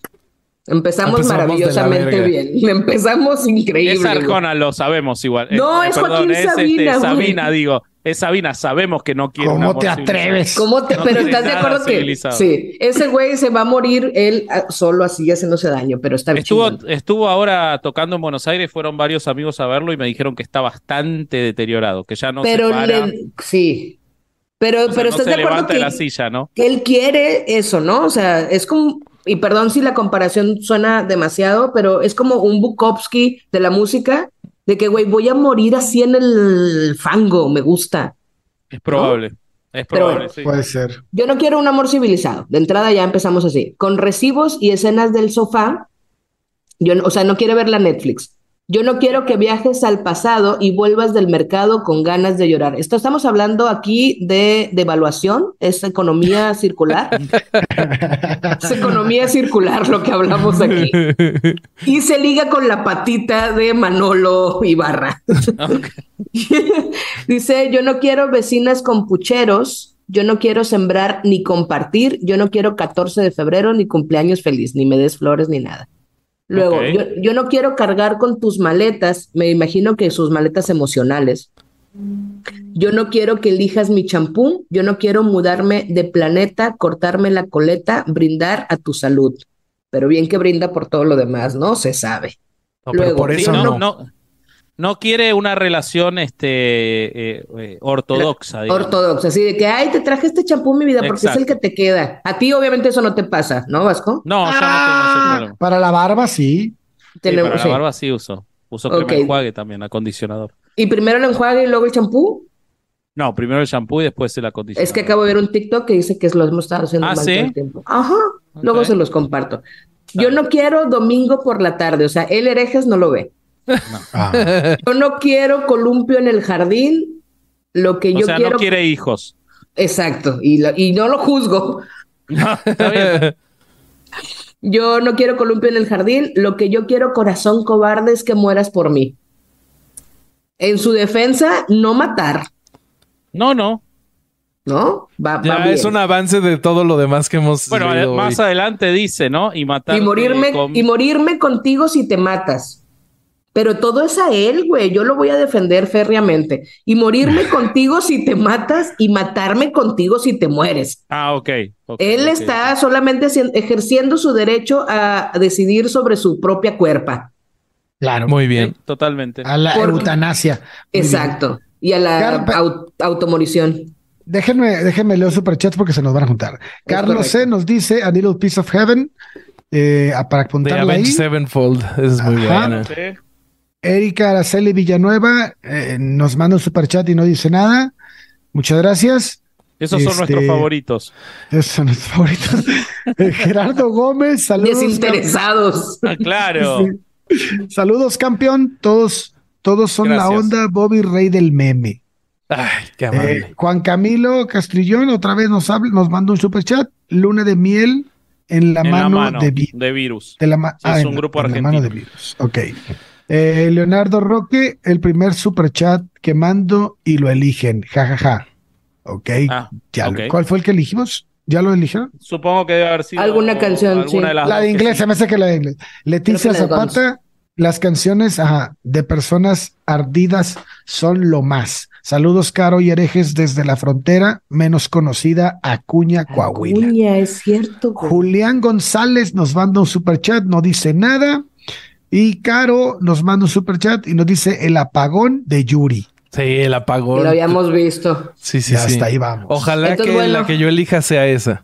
Empezamos, Empezamos de la maravillosamente verga. bien. Empezamos increíble. Es Arjona, lo sabemos igual. No, es Joaquín es este, Sabina, güey. Sabina, digo. Es Sabina, sabemos que no quiere un ¿Cómo amor te civilizado. atreves? ¿Cómo te- No pero tiene estás de nada acuerdo que civilizado. sí, ese güey se va a morir él ah, solo así haciéndose daño, pero está Estuvo, chingón. estuvo ahora tocando en Buenos Aires, fueron varios amigos a verlo y me dijeron que está bastante deteriorado, que ya no pero se para, le- sí. Pero, o sea, pero no estás se de acuerdo levanta de que la silla, ¿no? que él quiere eso, ¿no? O sea, es como, y perdón si la comparación suena demasiado, pero es como un Bukowski de la música, de que, güey, voy a morir así en el fango, me gusta. Es probable, es Pero probable, bueno, sí. Puede ser. Yo no quiero un amor civilizado. De entrada ya empezamos así, con recibos y escenas del sofá. Yo, no- o sea, no quiero ver la Netflix. Yo no quiero que viajes al pasado y vuelvas del mercado con ganas de llorar. Esto estamos hablando aquí de devaluación, es economía circular. es economía circular lo que hablamos aquí. Y se liga con la patita de Manolo Ibarra. Dice, yo no quiero vecinas con pucheros, yo no quiero sembrar ni compartir, yo no quiero 14 de febrero ni cumpleaños feliz, ni me des flores ni nada. Luego, Ok. yo, yo no quiero cargar con tus maletas, me imagino que sus maletas emocionales. Yo no quiero que elijas mi champú, yo no quiero mudarme de planeta, cortarme la coleta, brindar a tu salud. Pero bien que brinda por todo lo demás, ¿no? Se sabe. No, pero Luego, por sí, eso no, no. no- no quiere una relación este, eh, eh, ortodoxa, digamos. Ortodoxa, así de que, ay, te traje este champú, mi vida, porque es el Exacto. que te queda. A ti, obviamente, eso no te pasa, ¿no, Vasco? No, yo no Ah, tengo ese problema. Para la barba, sí. Sí, Tenemos, para sí. la barba sí uso. Uso Ok. crema de enjuague también, acondicionador. Y primero el enjuague y luego el champú. No, primero el shampoo y después el acondicionador. Es que acabo de ver un TikTok que dice que lo hemos estado haciendo Ah, mal ¿sí? todo el tiempo. Ajá, Ok. luego se los comparto. Yo bien. no quiero domingo por la tarde, o sea, el herejes no lo ve. Ah, Yo no quiero columpio en el jardín, lo que O yo sea, quiero... no quiere hijos. Exacto, y, lo- y no lo juzgo. No, está bien. Yo no quiero columpio en el jardín, lo que yo quiero, corazón cobarde, es que mueras por mí. En su defensa, no matar, No, no. ¿no? Va, va Ya bien. es un avance de todo lo demás que hemos Bueno, eh, leído hoy. más adelante dice, ¿no? Y matar. eh, Y morirme, con- y morirme contigo si te matas. Pero todo es a él, güey. Yo lo voy a defender férreamente. Y morirme contigo si te matas y matarme contigo si te mueres. Ah, ok. ok, Él ok. está solamente haci- ejerciendo su derecho a decidir sobre su propia cuerpa. claro. Muy Sí, bien. totalmente. A la Por- eutanasia. Muy bien. Exacto. Y a la Claro, pe- au- automorición. Déjenme, déjenme leer superchats porque se nos van a juntar. Carlos C correcto. nos dice A Little Piece of Heaven. eh, a- para De apuntarla ahí. Avenged Sevenfold. Esa Es muy Ajá. buena. Sí. Erika Araceli Villanueva eh, nos manda un superchat y no dice nada. Muchas gracias. Esos son Este- nuestros favoritos. Esos son nuestros favoritos. Eh, Gerardo Gómez, saludos. Desinteresados. Ah, claro. campeón. Saludos, campeón. Todos, todos son la Gracias. onda Bobby Rey del meme. Ay, qué amable. Eh, Juan Camilo Castrillón otra vez nos habla, nos manda un superchat. Luna de miel en la, en mano, la mano de Vi- de virus. de la ma- ah, Sí, es en un la- grupo en la mano de argentino. virus. Ok. Eh, Leonardo Roque, el primer super chat que mando y lo eligen. Ja, ja, ja. Ok. Ah, ya lo- ok. ¿Cuál fue el que elegimos? ¿Ya lo eligieron? Supongo que debe haber sido Alguna canción, sí. las La dos de que inglés, Ah, sí. se me hace que la de inglés. Leticia Creo que la de Zapata, las canciones ajá, de personas ardidas son lo más. Saludos, Caro y herejes desde la frontera menos conocida, Acuña, Coahuila. Uña, es cierto. güey. Julián González nos manda un superchat, no dice nada. Y Caro nos manda un superchat y nos dice el apagón de Yuri. Sí, el apagón. Lo habíamos visto. Sí, sí, Ya sí. hasta ahí vamos. Ojalá Entonces, que bueno. la que yo elija sea esa.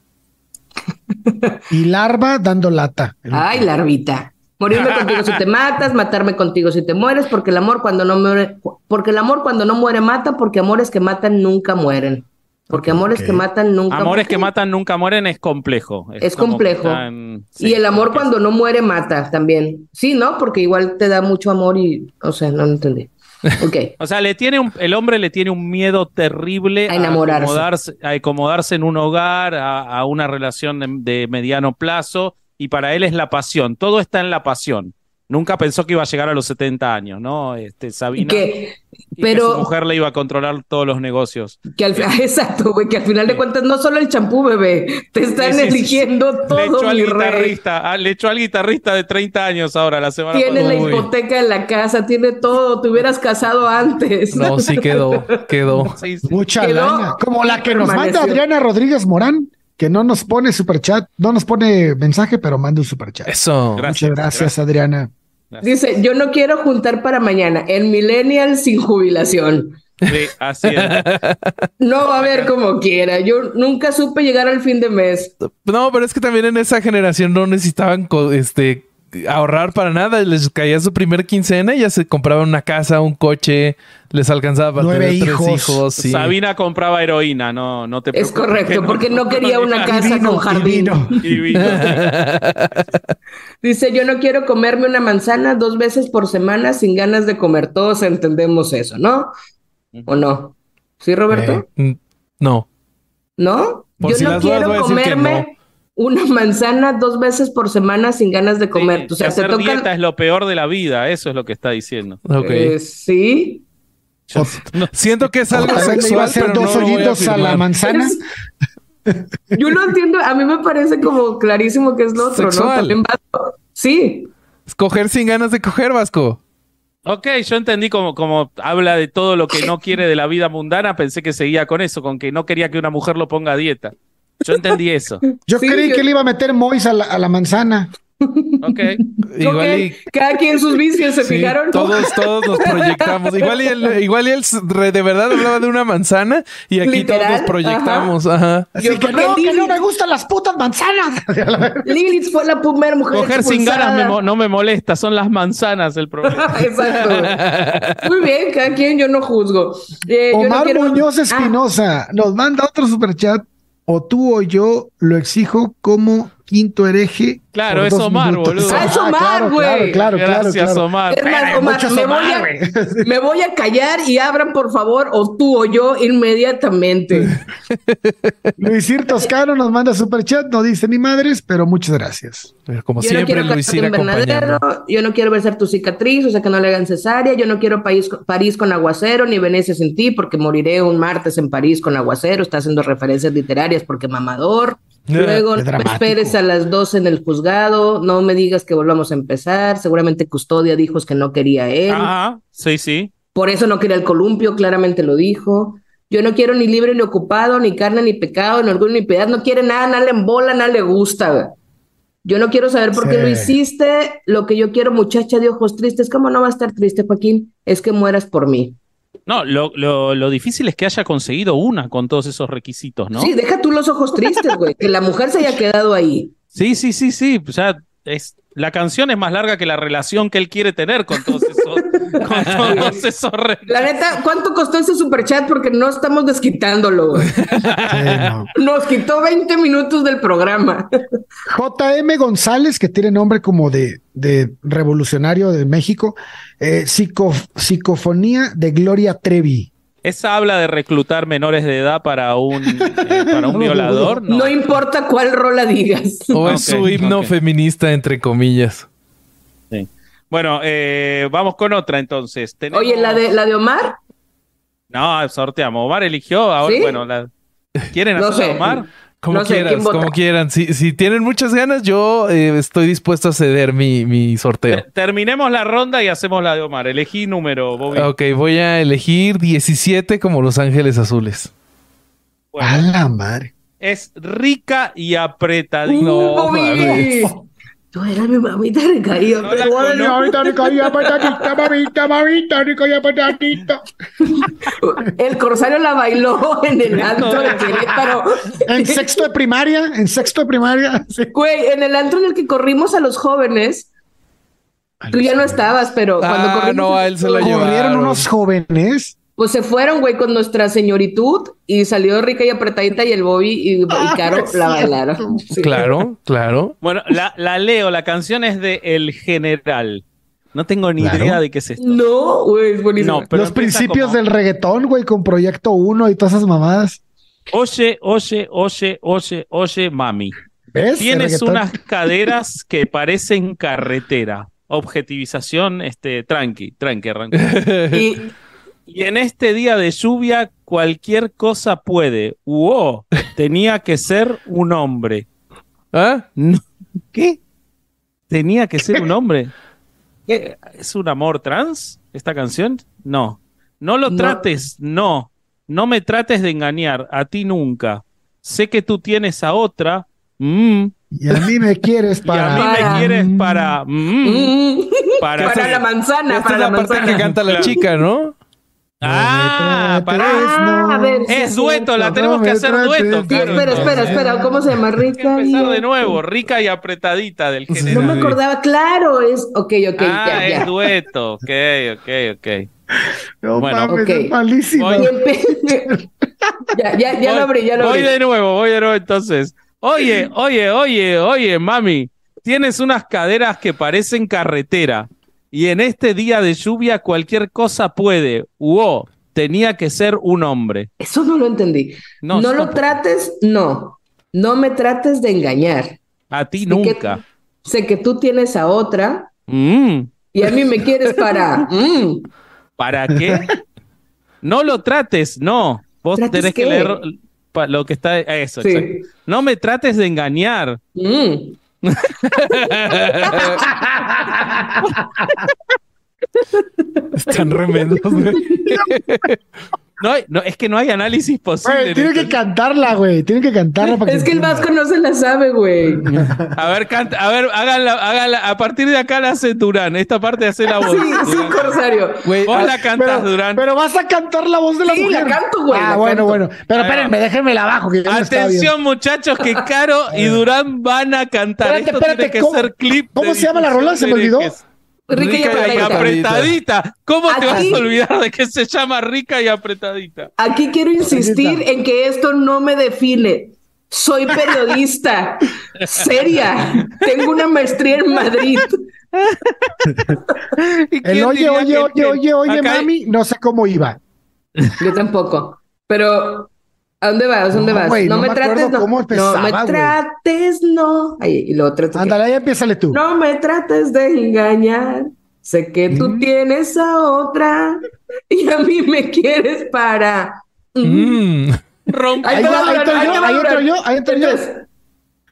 Y Larva dando lata. Ay, larvita. Morirme contigo si te matas, matarme contigo si te mueres, porque el amor cuando no muere, porque el amor cuando no muere mata, porque amores que matan nunca mueren. Porque amores Ok. que matan nunca Amores que mueren. matan nunca mueren es complejo. Es como que complejo. están- y sí, el amor porque- cuando no muere mata también. Sí, ¿no? Porque igual te da mucho amor y, o sea, no lo entendí. Ok. O sea, le tiene un- el hombre le tiene un miedo terrible A enamorarse. acomodarse, a acomodarse en un hogar, a, a una relación de, de mediano plazo, y para él es la pasión. Todo está en la pasión. Nunca pensó que iba a llegar a los 70 años, ¿no? Este, Y Sabina. que, y que pero- su mujer le iba a controlar todos los negocios. que al, exacto, güey, que al final de cuentas no solo el champú, bebé, te están Sí, sí, sí, sí. eligiendo Le echó todo, al mi rey. guitarrista, ah, le echó al guitarrista de 30 años ahora, la semana Tiene la pasada. pues, Uy. hipoteca en la casa, tiene todo, te hubieras casado antes. No, sí quedó, quedó. Sí, sí. Mucha Quedó lana. Como la que nos manda permaneció. Adriana Rodríguez Morán, que no nos pone superchat, no nos pone mensaje, pero manda un superchat. Eso. Muchas gracias, Adriana. Dice, yo no quiero juntar para mañana, en Millennial sin jubilación. Sí, así es. No va a haber como quiera. Yo nunca supe llegar al fin de mes. No, pero es que también en esa generación no necesitaban co- este ahorrar para nada. Les caía su primer quincena y ya se compraban una casa, un coche, les alcanzaba para Nueve tener hijos. tres hijos. sí. Sabina compraba heroína, no, no te Es preocupes. correcto, porque no quería una casa con jardín. divino. Divino. Dice, yo no quiero comerme una manzana dos veces por semana sin ganas de comer. Todos entendemos eso, ¿no? ¿O no? ¿Sí, Roberto? Eh, Mm, No. ¿No? Por yo si no las dudas, quiero voy a decir que comerme una manzana dos veces por semana sin ganas de comer. Sí, o sea, hacer te toca... dieta es lo peor de la vida, eso es lo que está diciendo. Ok. Eh, sí. O- Siento que es algo otra vez le iba a sexual, hacer pero dos no lo voy a hoyitos a, la afirmar. manzana. Yo lo entiendo, a mí me parece como clarísimo que es lo otro, ¿no? Sexual. También va- Sí, Coger sin ganas de coger, Vasco. Ok, yo entendí como, como habla de todo lo que no quiere de la vida mundana, pensé que seguía con eso, con que no quería que una mujer lo ponga a dieta. Yo entendí eso. Yo Sí, creí yo- que le iba a meter Mois a la, a la manzana. Ok. Igual Ok, y Cada quien sus vicios, ¿se Sí, fijaron? Todos, todos nos proyectamos. Igual y él, igual y él s- re- de verdad hablaba de una manzana y aquí Literal, todos nos proyectamos. Ajá. Así que Yo creo no, que que sí. no me gustan las putas manzanas. Lilith fue la primera mujer Coger sin ganas me expulsada. mo- no me molesta, son las manzanas el problema. Exacto. Muy bien, cada quien, yo no juzgo. Eh, yo no Omar quiero- Muñoz Ah, Espinosa nos manda otro superchat. O tú o yo lo exijo como quinto hereje. Claro, por es dos Omar, minutos. boludo. Ah, es Omar, claro, güey. Claro, claro, Gracias, claro. Omar. es más, Espera, Omar, muchos me, Omar, voy a, me voy a callar y abran, por favor, o tú o yo inmediatamente. Luisir Toscano nos manda superchat, no dice ni madres, pero muchas gracias. Como Yo no siempre, quiero lo casarme hiciera en acompañando. Bernadero, yo no quiero besar tu cicatriz, o sea que no le hagan cesárea, yo no quiero país- París con aguacero, ni Venecia sin ti, porque moriré un martes en París con aguacero, está haciendo referencias literarias porque mamador. Ah, Luego qué no me dramático. esperes a las 12 en el juzgado, no me digas que volvamos a empezar, seguramente Custodia dijo que no quería él, Ah, Ajá, sí, sí. por eso no quería el columpio, claramente lo dijo. Yo no quiero ni libre ni ocupado, ni carne ni pecado, ni orgullo ni piedad, no quiere nada, nada le embola, nada le gusta. güey. Yo no quiero saber por qué Sí. lo hiciste, lo que yo quiero, muchacha de ojos tristes, ¿cómo no va a estar triste, Joaquín? Es que mueras por mí. No, lo, lo- lo difícil es que haya conseguido una con todos esos requisitos, ¿no? Sí, deja tú los ojos tristes, güey, que la mujer se haya quedado ahí. Sí, sí, sí, sí. O sea, es, la canción es más larga que la relación que él quiere tener con todos esos. con todos esos re- La neta, ¿cuánto costó ese superchat? Porque no estamos desquitándolo, güey. Sí, no. Nos quitó 20 minutos del programa. JM González, que tiene nombre como de, de revolucionario de México, eh, psico- psicofonía de Gloria Trevi. Esa habla de reclutar menores de edad para un, eh, para un violador. No, No, importa cuál rola digas. O es Ok, su himno ok. feminista, entre comillas. Bueno, eh, vamos con otra entonces. Tenemos- Oye, la de, la de Omar, No, sorteamos. Omar eligió. Ahora, ¿Sí? bueno, la... ¿quieren No hacer sé. Omar? Como No sé, quieran, ¿quién vota? como quieran. Si, si tienen muchas ganas, yo eh, estoy dispuesto a ceder mi, mi sorteo. Ter- Terminemos la ronda y hacemos la de Omar. Elegí número, Bobby. Ok, voy a elegir 17 como Los Ángeles Azules. Bueno, A la madre. es rica y Uh, apretadita. No, Bobby. mames. Tú eras mi mamita recaída. No la pero bueno, conozco. el corsario la bailó en el antro de Querétaro. En sexto de primaria, en sexto de primaria. sí. Güey, en el antro en el que corrimos a los jóvenes, tú ya no estabas, pero cuando Ah, corrimos. no, a a él se lo Corrieron llevaron. unos jóvenes. Pues se fueron, güey, con nuestra señoritud y salió rica y apretadita y el Bobby y, y Ah, Ah, Caro la bailaron. Sí. Claro, claro. Bueno, la, la leo. La canción es de El General. No tengo ni Claro. idea de qué es esto. No, güey, es buenísimo. No, pero Los empieza principios como, del reggaetón, güey, con Proyecto 1 y todas esas mamadas. Oye, oye, oye, oye, oye, mami. ¿Ves? El Tienes reggaetón. unas caderas que parecen carretera. Objetivización, este, tranqui, tranqui, arranca. Y Y en este día de lluvia, cualquier cosa puede. Uo, tenía que ser un hombre. ¿Ah? No, ¿Qué? ¿Tenía que ser un hombre? ¿Qué? ¿Es un amor trans esta canción? No. No lo No. trates, no. No me trates de engañar, a ti nunca. Sé que tú tienes a otra. mm, Y a mí me quieres y a para. mí Para. me quieres para. mm, Mm. para, para. la manzana, Esta para es la la parte que manzana. canta la Claro. chica, ¿no? Ah, para. Ah, a ver, sí, Es sí, dueto, la no tenemos que me hacer trates dueto. de Sí, claro, espera, espera, entonces. espera, ¿cómo se llama Hay que Rica? empezar de y- nuevo, rica y apretadita del No género. me acordaba, claro, es. Ok, ok, ah, ya, es ya. dueto. Ok, ok, ok. No Bueno, mames, ok. es malísimo. Y empe- ya, ya, ya Voy- lo abrí, ya lo Voy abrí. de nuevo, voy de nuevo entonces. Oye, oye, oye, oye, mami. Tienes unas caderas que parecen carretera. Y en este día de lluvia cualquier cosa puede. Uo, tenía que ser un hombre. Eso no lo entendí. No, No, yo lo tampoco. trates, no. No me trates de engañar. A ti Sé que- nunca. sé que tú tienes a otra Mm, y a mí me quieres para. mm. ¿Para qué? no lo trates, no. Vos ¿Trates tenés que qué? leer pa- lo que está. Eso, Sí. exacto. No me trates de engañar. Mm. Están remendos, güey. No, hay- no, es que no hay análisis posible. Güey, tiene que Néstor. cantarla, güey. Tiene que cantarla para Es que el entienda. Vasco no se la sabe, güey. A ver, canta, a ver, háganla, háganla. A partir de acá la hace Durán. Esta parte hace la voz. Sí, sí, Durán. corsario. Güey, Vos ah, la cantás, Pero, Durán. pero vas a cantar la voz de la Sí, la mujer. canto, güey, Ah, la bueno, canto. bueno. Pero Ahí va. espérenme, déjenmela abajo. Que yo no estaba viendo. Atención, muchachos, que Caro y Durán van a cantar. Espérate, Esto espérate, tiene que ¿cómo- ser clip. cómo de se llama la difusión rola? Se me de olvidó. herejes. Rica y Rica y Rica y apretadita. apretadita. ¿Cómo te vas Aquí- a olvidar de que se llama rica y apretadita? Aquí quiero insistir en que esto no me define. Soy periodista, seria. Tengo una maestría en Madrid. ¿Y El quién oye, diría oye, que- oye, oye, oye, acá hay- mami, no sé cómo iba. Yo tampoco. Pero, ¿a dónde vas? ¿A dónde No, vas? güey, no, no me me trates, acuerdo no. cómo no me empezaba, güey. trates, no. Ahí, y luego trates. Ándale, ahí empiézale tú. No me trates de engañar. Sé que tú Mm. tienes a otra y a mí me quieres para. Mm. Rompe- Ahí te va va, ahí Durán, entro ahí yo, te va ahí entro Durán. yo, ahí entro yo. Entonces,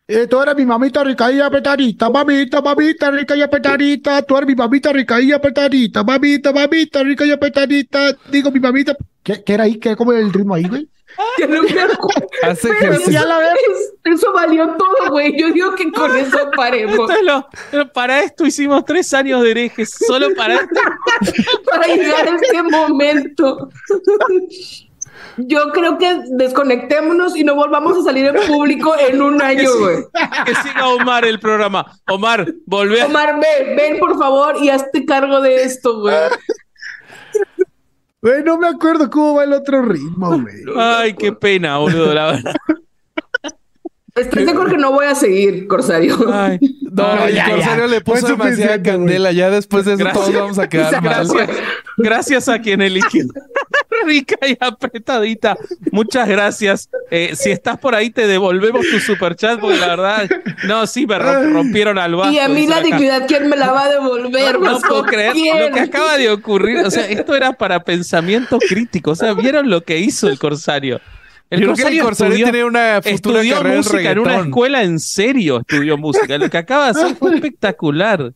Eh, tú eres mi mamita rica y apretadita, mamita, mamita rica y apretadita, tú eres mi mamita rica y apretadita, mamita, mamita rica y apretadita, digo mi mamita. ¿Qué, qué era ahí? ¿Qué, ¿Cómo era el ritmo ahí, güey? que no me acuerdo. Hace Pero ejercicio. ya la veo. es- Eso valió todo, güey. Yo digo que con eso paremos. Esto es lo- pero para esto hicimos tres años de herejes. Solo para esto. para llegar a este momento. Yo creo que desconectémonos y no volvamos a salir en público en un año, güey. Que siga Omar el programa. Omar, volvé a Omar, ven, ven, por favor, y hazte cargo de esto, güey. Ah. Güey, no me acuerdo cómo va el otro ritmo, güey. Ay, qué pena, boludo, la verdad. Estoy de acuerdo que no voy a seguir, Corsario. Ay, No, No, el ya, corsario ya. le Fue puso demasiada suficiente, güey. candela. Ya después de eso Gracias. todos vamos a quedar mal. gracias, gracias a quien eligió. rica y apretadita. Muchas gracias. Eh, si estás por ahí, te devolvemos tu superchat, porque la verdad, no, sí, me romp- rompieron al vaso. Y a mí dice la pues, acá. dignidad, ¿quién me la va a devolver? No Vasco? puedo creer ¿Quién? lo que acaba de ocurrir. O sea, esto era para pensamiento crítico. O sea, ¿vieron lo que hizo el Corsario? El Yo creo Corsario, que el Corsario estudió, tiene una futura estudió carrera en música en una reggaetón. escuela en serio. Estudió música. Lo que acaba de hacer fue espectacular.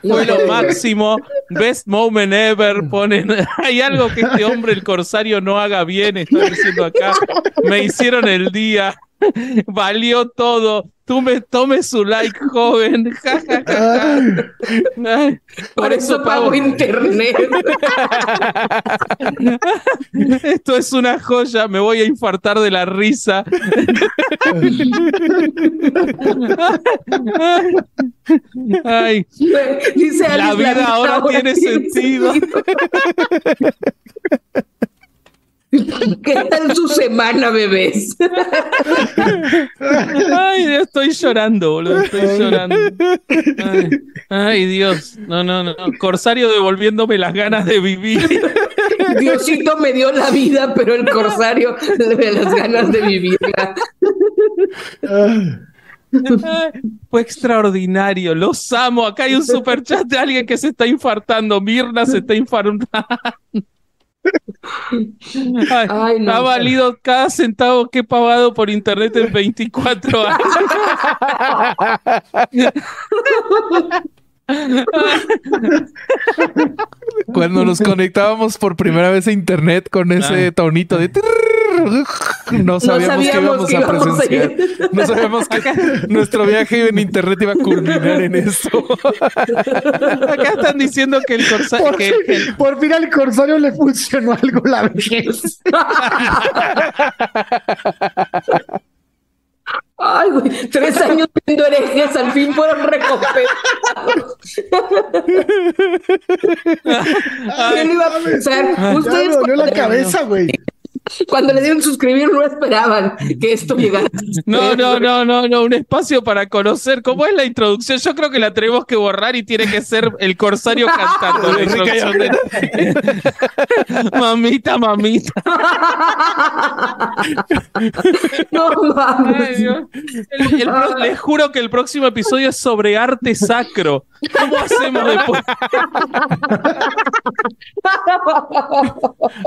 Fue lo máximo. Best moment ever. Ponen. Hay algo que este hombre, el Corsario, no haga bien. Está diciendo acá. Me hicieron el día. Valió todo. Tú me tomes su like, joven. Ja, ja, ja, ja. Ay, Por eso pago internet. Esto es una joya, me voy a infartar de la risa. Ay, Dice La Alice, vida ahora tiene sentido". ¿Qué tal su semana, bebés? ay, estoy llorando, boludo, estoy llorando. Ay, ay, Dios, no, no, no. Corsario devolviéndome las ganas de vivir. Diosito me dio la vida, pero el corsario le da las ganas de vivirla. Ay, Fue extraordinario, los amo. Acá hay un superchat de alguien que se está infartando. Mirna se está infartando. Ay, Ay, no. Ha valido cada centavo que he pagado por internet en 24 horas. Cuando nos conectábamos por primera vez a internet con ese Ah. tonito de trrrr, no sabíamos que sabíamos íbamos que a íbamos a presenciar. No sabíamos que nuestro viaje en internet iba a culminar en esto. Acá están diciendo que el corsario. Por, Que, que el- fin- por fin al corsario le funcionó algo la vejez. Ay, güey, tres años viendo herejes, al fin fueron recompensados. ¿Quién lo iba a Ah, pensar? Ya me Ustedes dolió la cuando- cabeza, güey. Cuando le dieron suscribir no esperaban que esto llegara. Eh, No, no, no, no, no, un espacio para conocer. ¿Cómo es la introducción? Yo creo que la tenemos que borrar y tiene que ser el corsario cantando. la Enrique introducción de- mamita, mamita. No Ay, mames. Dios. El- el pro- les juro que el próximo episodio es sobre arte sacro. ¿Cómo hacemos después?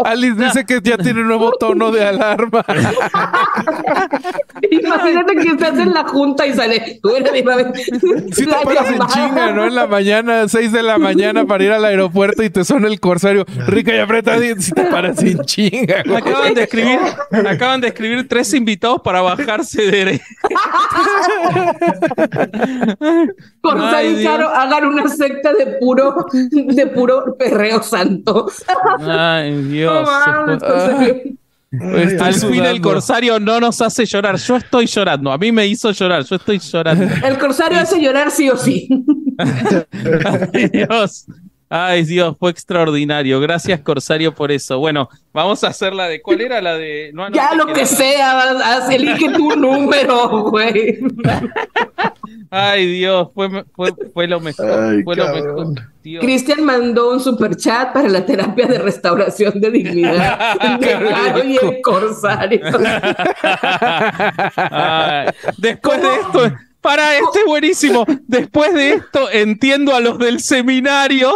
Alice dice que ya tiene un nuevo tono de alarma. Imagínate que estás en la junta y sale. Tú eres mi mamá. Si te La paras en llamada. chinga, ¿no? En la mañana, 6 de la mañana para ir al aeropuerto y te suena el corsario rica y apretadita. Si te paras en chinga, güey. Acaban de escribir, acaban de escribir tres invitados para bajarse de. Corsario Ay, y Caro hagan una secta de puro, de puro perreo santo. Ay, No Dios. mames, Corsario. Ah. Estoy Al fin el sudando. corsario no nos hace llorar. Yo estoy llorando. A mí me hizo llorar. Yo estoy llorando. El corsario hace llorar sí o sí. Ay, Dios. Ay, Dios, fue extraordinario. Gracias, Corsario, por eso. Bueno, vamos a hacer la de. ¿Cuál era la de.? No, no, Ya te lo queda que la- sea, haz- elige tu número, güey. Ay, Dios, fue, fue, fue lo mejor. Ay, fue lo cabrón. mejor. Dios. Cristian mandó un superchat para la terapia de restauración de dignidad de Caro y el corsario. Ay, después de esto. Para, este es buenísimo. Después de esto, entiendo a los del seminario.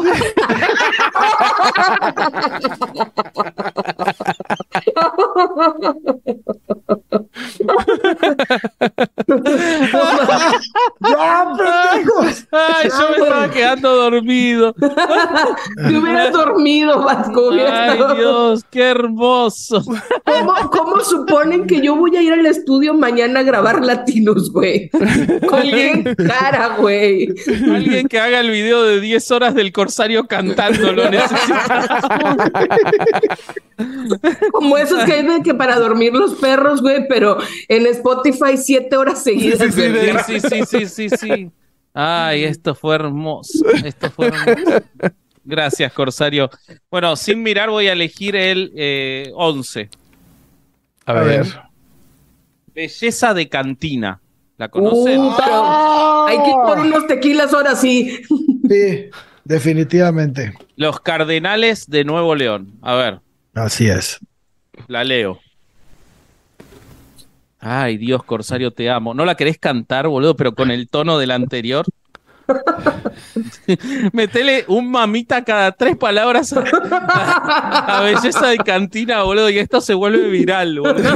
¡Ya, pendejos! Ay, yo me estaba quedando dormido. Te hubieras dormido, Vasco. hubieras Ay, estado- Dios, qué hermoso. ¿Cómo, cómo suponen que yo voy a ir al estudio mañana a grabar latinos, güey? Con Alguien- qué cara, güey. Alguien que haga el video de 10 horas del corsario cantando, lo necesita. Como esos que hay de que para dormir los perros, güey, pero en Spotify siete horas seguidas. Sí, sí, sí, güey. de- Sí, sí, sí, sí, sí. Ay, esto fue hermoso. Esto fue hermoso. Gracias, Corsario. Bueno, sin mirar voy a elegir el eh, 11. A ver. Belleza de cantina. ¿La Uh, conocen? pero ¡Ah! hay que ir por unos tequilas ahora sí. Sí, definitivamente. Los Cardenales de Nuevo León. A ver. Así es. La leo. Ay, Dios, Corsario, te amo. ¿No la querés cantar, boludo, pero con el tono del anterior? Metele un mamita cada tres palabras a, a- a belleza de cantina, boludo, y esto se vuelve viral, boludo.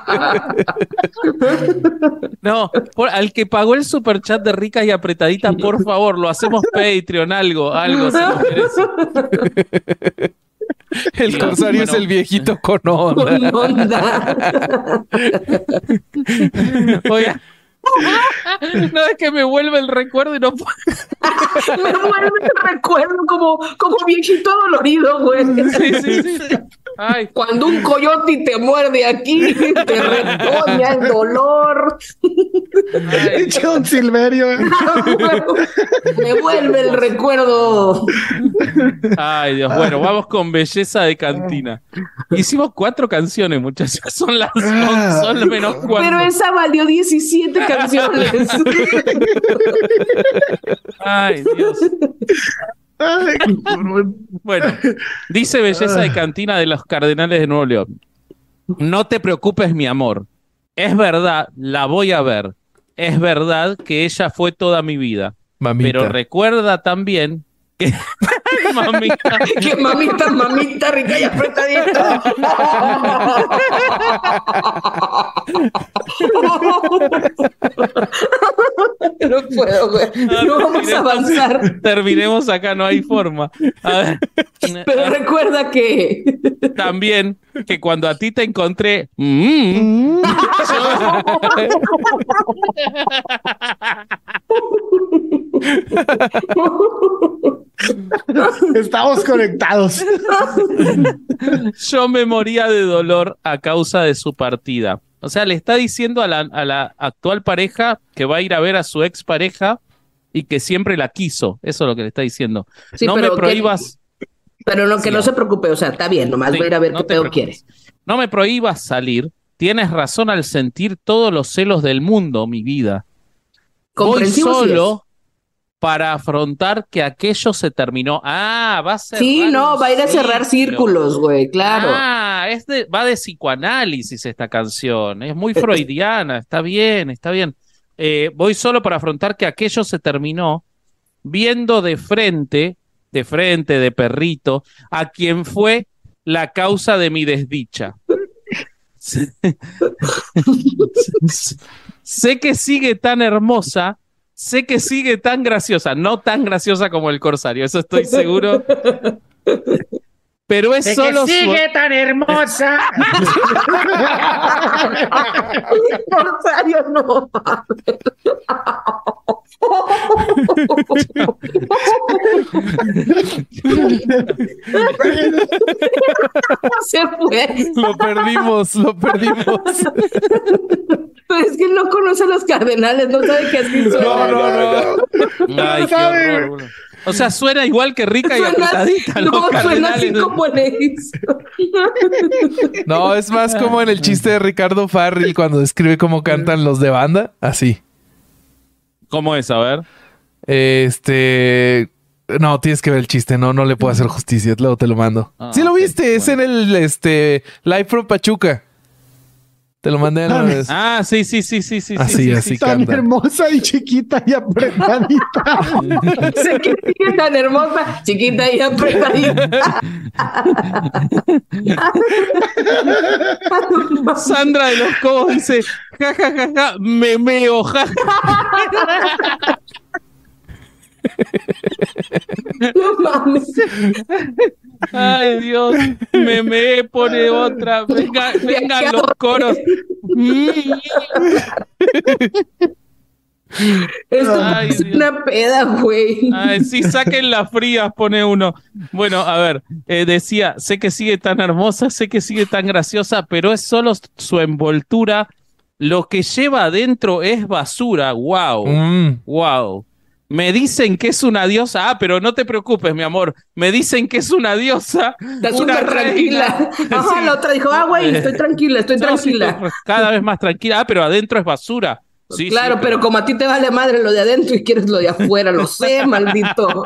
No, por- al que pagó el super chat de ricas y apretaditas, por favor, lo hacemos Patreon, algo, algo se lo merece. El Sí, corsario bueno. es el viejito con onda. Con onda. Oiga. No, es que me vuelve el recuerdo y no puedo. Me vuelve el recuerdo como, como viejito dolorido, güey. Sí, sí, sí. Ay, Cuando un coyote te muerde aquí, te retoña el dolor. ay. John Silverio. ¿eh? Me vuelve el recuerdo. Ay, Dios. Bueno, vamos con belleza de cantina. Hicimos cuatro canciones, muchachos. Son las son, son menos Pero cuatro. esa valió 17 canciones. Ay, Dios. Ay, cabrón. Bueno, dice belleza de cantina de los Cardenales de Nuevo León. No te preocupes, mi amor. Es verdad, la voy a ver. Es verdad que ella fue toda mi vida. Mamita. Pero recuerda también que. Mamita. que mamita, mamita, rica y apretadita. No puedo, güey. Ah, No vamos a avanzar. Terminemos acá, no hay forma. A ver. Ah. eh, Pero recuerda que también que cuando a ti te encontré, mm, Estamos conectados. yo me moría de dolor a causa de su partida. O sea, le está diciendo a la, a la actual pareja que va a ir a ver a su ex pareja y que siempre la quiso. Eso es lo que le está diciendo. Sí, no me pero que- prohíbas. pero no que no Sí. se preocupe, o sea, está bien, nomás Sí, voy a ir a ver no qué te pedo quiere. preocupes. No me prohíbas salir. Tienes razón al sentir todos los celos del mundo, mi vida. Voy Comprensivo sí es. solo para afrontar que aquello se terminó. Ah, va a ser. Sí, no, va a ir a cerrar círculos, güey, claro. Ah, es de- va de psicoanálisis esta canción. Es Eh, muy freudiana. Está bien, está bien. Eh, voy solo para afrontar que aquello se terminó viendo de frente, de frente, de perrito, a quien fue la causa de mi desdicha. sé que sigue tan hermosa, sé que sigue tan graciosa, no tan graciosa como el corsario, eso estoy seguro. Pero es solo su- tan hermosa. Corsario, no. Se fue. Lo perdimos, lo perdimos. Pero es que él no conoce a los cardenales, no sabe qué así son. No, no, no. Ay, qué horror, boludo. O sea, suena igual que rica y Suena, apretadita. no, los suena así cardenales. como en eso. No, es más como en el chiste de Ricardo Farril cuando describe cómo cantan los de banda. Así. ¿Cómo es? A ver. Este. No, tienes que ver el chiste, no, no le puedo hacer justicia, luego te lo mando. Ah, sí, lo ok, viste, es en el este Live from Pachuca. Te lo mandé alguna vez. Ah, sí, sí, sí, sí, sí. sí, Así, sí, sí, así tan canta. hermosa y chiquita y apretadita. Sé que sigue tan hermosa, chiquita y apretadita. Sandra de los Cobos dice, ja, ja, ja, ja, me meo, ja, ja". No mames. Ay, Dios, me me pone otra. Venga, vengan los coros. Mm. Esto Ay, es Dios. una peda, güey. Ay, sí, saquen las frías, pone uno. Bueno, a ver, eh, decía, sé que sigue tan hermosa, sé que sigue tan graciosa, pero es solo su envoltura. Lo que lleva adentro es basura. Wow. Mm. Wow. Me dicen que es una diosa. Ah, pero no te preocupes, mi amor. Me dicen que es una diosa. Está una súper reina. tranquila. Ajá, Sí. la otra dijo, ah, güey, estoy tranquila, estoy No, sí, tranquila. cada vez más tranquila. Ah, pero adentro es basura. Sí, claro, sí, pero como a ti te vale madre lo de adentro y quieres lo de afuera, lo sé, maldito.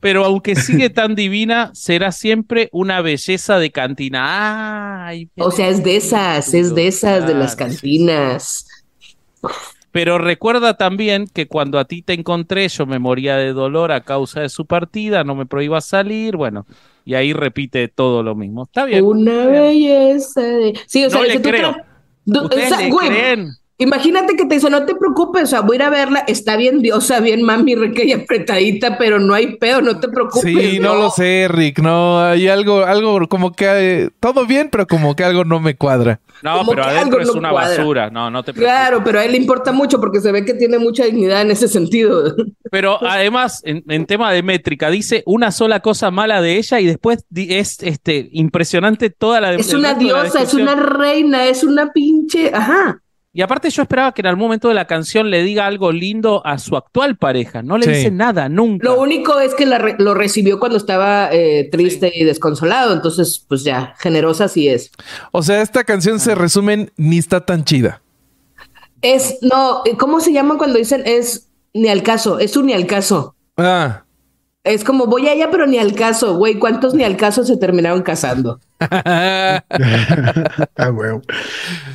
Pero aunque sigue tan divina, será siempre una belleza de cantina. Ay, O sea, es de esas, es de esas, de las Claro, sí, sí. cantinas. Pero recuerda también que cuando a ti te encontré, yo me moría de dolor a causa de su partida, no me prohíba salir, bueno, y ahí repite todo lo mismo. Está bien. Una belleza de... Sí, o sea, No le que tú creo. tra- du- o ¿Ustedes sea, le güey, creen? Imagínate que te dice, no te preocupes, o sea, voy a ir a verla, está bien diosa, bien mami, rica y apretadita, pero no hay pedo, no te preocupes. Sí, no lo sé, Rick. No, hay algo, algo como que eh, todo bien, pero como que algo no me cuadra. No, Como pero que adentro algo es no una cuadra. basura. No, no te preocupes. Claro, pero a él le importa mucho porque se ve que tiene mucha dignidad en ese sentido. Pero además, en, en tema de métrica, dice una sola cosa mala de ella y después di- es este, impresionante toda la Es el una resto de Este la diosa, es descripción. una reina, es una pinche, ajá. Y aparte yo esperaba que en algún momento de la canción le diga algo lindo a su actual pareja. No le Sí. dice nada, nunca. Lo único es que la re- lo recibió cuando estaba eh, triste y desconsolado, entonces pues ya, generosa sí es. O sea, esta canción Ah. se resume en ni está tan chida. Es, no, eh, ¿cómo se llama cuando dicen es ni al caso? Es un ni al caso. Ah, Es como voy allá, pero ni al caso, güey. ¿Cuántos ni al caso se terminaron casando? Ah, huevo.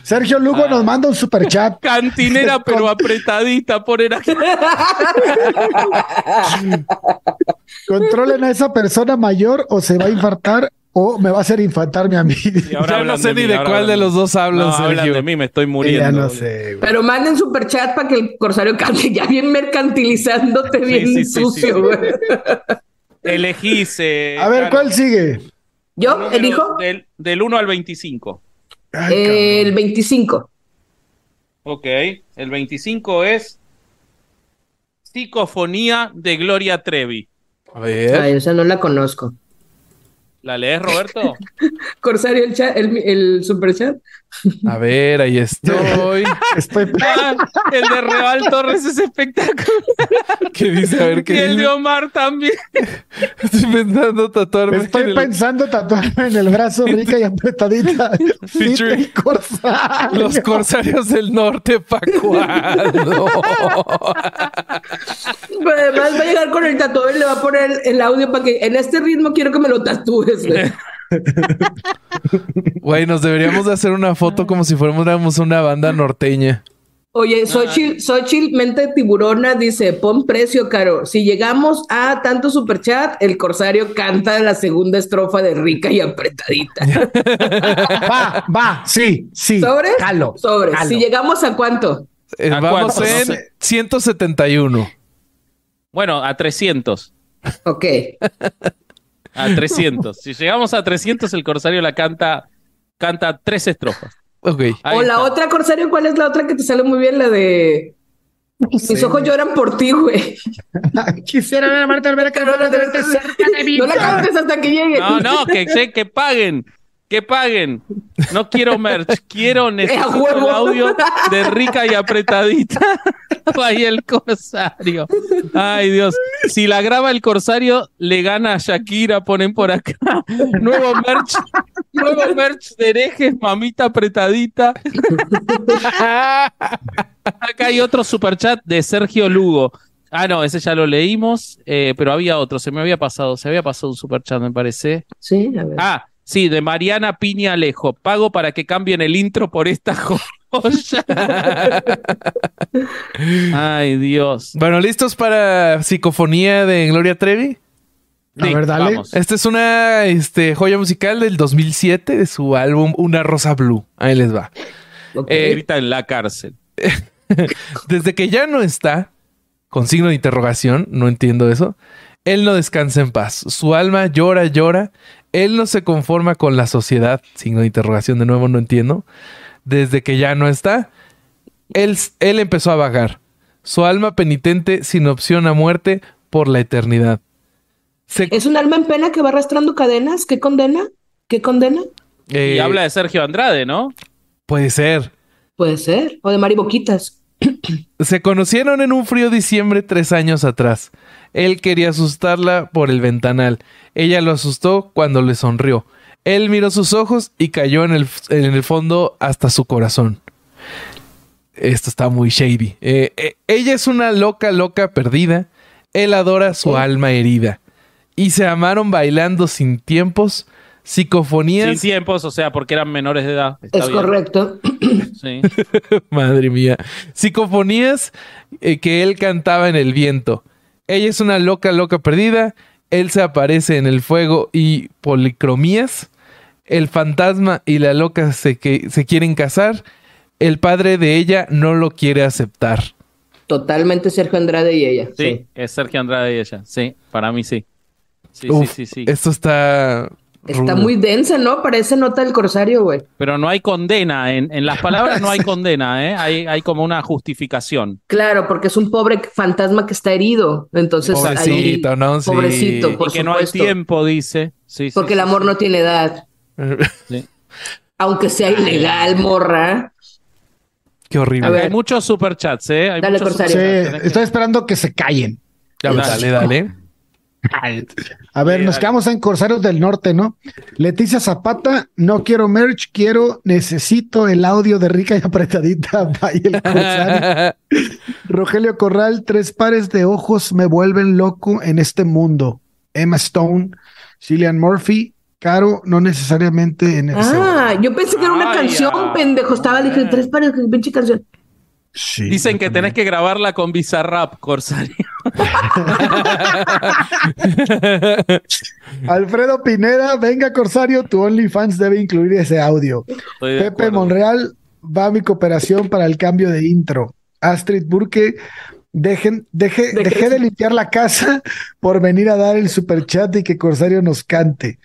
Sergio Lugo nos manda un super chat. Cantinera pero apretadita por el... Controlen a esa persona mayor o se va a infartar o me va a hacer infartarme a mí. ahora Ya hablan no sé ni mí, de ahora cuál de hablan los mí. dos hablan, No, hablan Sergio. de mí, me estoy muriendo. Ya no sé, güey. Pero manden super chat para que el corsario cante ya bien mercantilizándote, bien sí, sí, sí, sucio, sí. güey. Elegís... eh, A ver, Caro, ¿cuál sigue? ¿Yo número elijo? Del, del 1 al 25. Ay, el 25. Ok, el 25 es... Psicofonía de Gloria Trevi. A ver. ¿Eh? Ay, o sea, no la conozco. ¿La lees, Roberto? Corsario, el, chat, el, el super chat. A ver, ahí estoy. cabrón. Estoy... Ah, el de Real Torres es espectacular. ¿Qué dice? A ver, Y ¿qué el de dice? Omar también. Estoy pensando tatuarme. en Estoy el- pensando tatuarme en el brazo rica y apretadita. Featuring Featuring corsario. Los corsarios del norte, pa' cuándo? Pero además va a llegar con el tatuador y le va a poner el, el audio para que en este ritmo quiero que me lo tatúes, güey. Güey, nos deberíamos de hacer una foto como si fuéramos una banda norteña. Ah. Oye, Xochitl, Xochitl, mente tiburona, dice, pon precio, caro. Si llegamos a tanto superchat, el corsario canta la segunda estrofa de rica y apretadita. Va, va, sí, sí. ¿Sobre? Jalo, Sobre. jalo. Si llegamos a cuánto. Eh, ¿A vamos cuánto? No en sé. 171. Bueno, a 300. Ok. A 300. Si llegamos a 300, el Corsario la canta, canta tres estrofas. Ok. Ahí o la está. otra, corsario, ¿cuál es la otra que te sale muy bien? La de... Mis ojos lloran por ti, güey. Quisiera ver a Marta Olvera Carona de verte cerca de mí. No la cantes hasta que llegue. No, no, que, que, que paguen. Que paguen. No quiero merch, quiero necesito el huevo. audio de rica y apretadita. Ahí el corsario. Ay, Dios. Si la graba el corsario, le gana a Shakira, ponen por acá. Nuevo merch, nuevo merch de herejes, mamita apretadita. Acá hay otro superchat de Sergio Lugo. Ah, no, ese ya lo leímos, eh, pero había otro, se me había pasado, se había pasado un superchat, me parece. Sí, a ver. Ah, sí, de Mariana Piña Alejo. Pago para que cambien el intro por esta joya. Ay, Dios. Bueno, ¿listos para psicofonía de Gloria Trevi? A ver, dale. vamos. Esta es una este, joya musical del 2007 de su álbum Una Rosa Blue. Ahí les va. ok. eh, Grita en la cárcel. Desde que ya no está, con signo de interrogación, no entiendo eso, él no descansa en paz. Su alma llora, llora. Él no se conforma con la sociedad, signo de interrogación, de nuevo no entiendo. Desde que ya no está, él, él empezó a vagar. Su alma penitente sin opción a muerte por la eternidad. Se- ¿Es un alma en pena que va arrastrando cadenas? ¿Qué condena? ¿Qué condena? Y eh, habla de Sergio Andrade, ¿no? Puede ser. Puede ser. O de Mari Boquitas. Se conocieron en un frío diciembre tres años atrás. Él quería asustarla por el ventanal. Ella lo asustó cuando le sonrió. Él miró sus ojos y cayó en el, en el fondo hasta su corazón. esto está muy shady. Eh, eh, ella es una loca, loca perdida. Él adora su Sí. alma herida. Y se amaron bailando sin tiempos, Sin psicofonías. tiempos, o sea, porque eran menores de edad. Está es bien. correcto. Sí. Madre mía. Psicofonías eh, que él cantaba en el viento. Ella es una loca, loca perdida. Él se aparece en el fuego y policromías. El fantasma y la loca se, que, se quieren casar. El padre de ella no lo quiere aceptar. Totalmente Sergio Andrade y ella. Sí, es Sergio Andrade y ella. Sí, para mí sí. Sí, Uf, sí, sí, sí. Esto está. Está rudo. muy densa, ¿no? Parece nota del corsario, güey. Pero no hay condena. En, en las palabras no hay condena, ¿eh? Hay, hay como una justificación. Claro, porque es un pobre fantasma que está herido. Entonces, ahí- Pobrecito, ¿no? Sí. Pobrecito, por y que supuesto. no hay tiempo, dice. Sí, sí, Porque el sí, amor no tiene edad. sí. Aunque sea ilegal, morra. Qué horrible. A ver. Hay muchos superchats, ¿eh? Hay Dale, muchos Corsario. Sí, superchats. Tenés que- estoy esperando que se callen. Ya, pues, Dale. dale, dale. A ver, Sí, nos dale. quedamos en Corsarios del Norte, ¿no? Leticia Zapata, no quiero merch, quiero, necesito el audio de rica y apretadita. by el Corsario. Rogelio Corral, tres pares de ojos me vuelven loco en este mundo. Emma Stone, Cillian Murphy, Caro, no necesariamente en ese. orden. Ah, yo pensé que era una Ay, canción, ah, pendejo. Estaba, dije, eh. tres pares, qué pinche canción. Sí, Dicen yo que tenés también. que grabarla con Bizarrap, Corsario. Alfredo Pineda, venga Corsario, tu OnlyFans debe incluir ese audio. Estoy de Pepe acuerdo. Monreal, va mi cooperación para el cambio de intro. Astrid Burke, dejen, deje, Deje- dejé de limpiar la casa por venir a dar el superchat y que Corsario nos cante.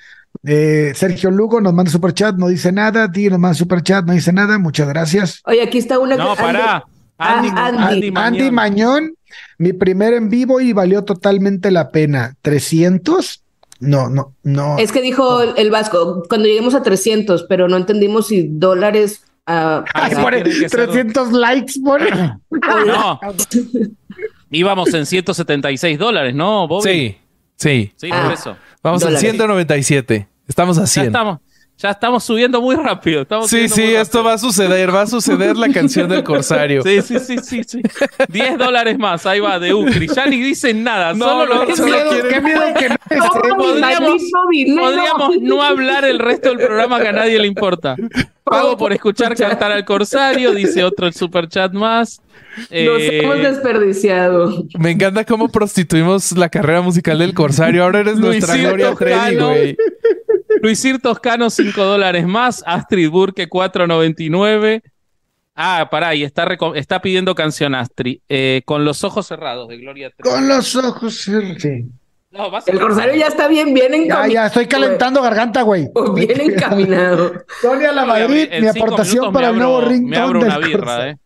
Eh, Sergio Lugo nos manda superchat, no dice nada. Di nos manda superchat, no dice nada. Muchas gracias. Oye, aquí está una No, que- pará. Andy- Andy, Ah, Andy. Andy, Andy, Mañón. Mañón, mi primer en vivo y valió totalmente la pena. ¿300? No, no, no. Es que dijo el, el Vasco, cuando lleguemos a 300, pero no entendimos si dólares. ah, Ay, Ay, sí, pone tiene que ser- 300 likes, pone. No. Íbamos en 176 dólares, ¿no, Bobby? Sí, sí. Sí, Ah. por eso. Vamos Dólares. al 197. Estamos a Ya 100. estamos, ya estamos subiendo muy rápido. estamos Sí, subiendo sí, muy esto va a suceder. Va a suceder la canción del corsario. rápido. Sí, sí, sí, sí, sí. 10 dólares más, ahí va, de Ucri. Ya ni dicen nada, No, solo lo no, que solo quieren. quieren- Qué miedo que no ¿Cómo mi podríamos- maldito dinero? Podríamos no hablar el resto del programa que a nadie le importa. Pago por escuchar cantar al corsario, dice otro el superchat más. Nos Eh, hemos desperdiciado. Me encanta cómo prostituimos la carrera musical del corsario. Ahora eres nuestra Luisito Gloria Freddy, Cano. güey. Luisir Toscano, 5 dólares más. Astrid Burke, 4.99. Ah, pará, y está, reco- está pidiendo canción Astrid. eh, con los ojos cerrados de Gloria Trevi. Con los ojos. cer- sí. No, vas a- El corsario ya está bien, bien Ya, encaminado. ya, estoy calentando garganta, güey. güey. Bien encaminado. Sonia la Madrid, En mi cinco aportación minutos para me el nuevo abro- Me ringtone abro del una birra, Corsario. eh.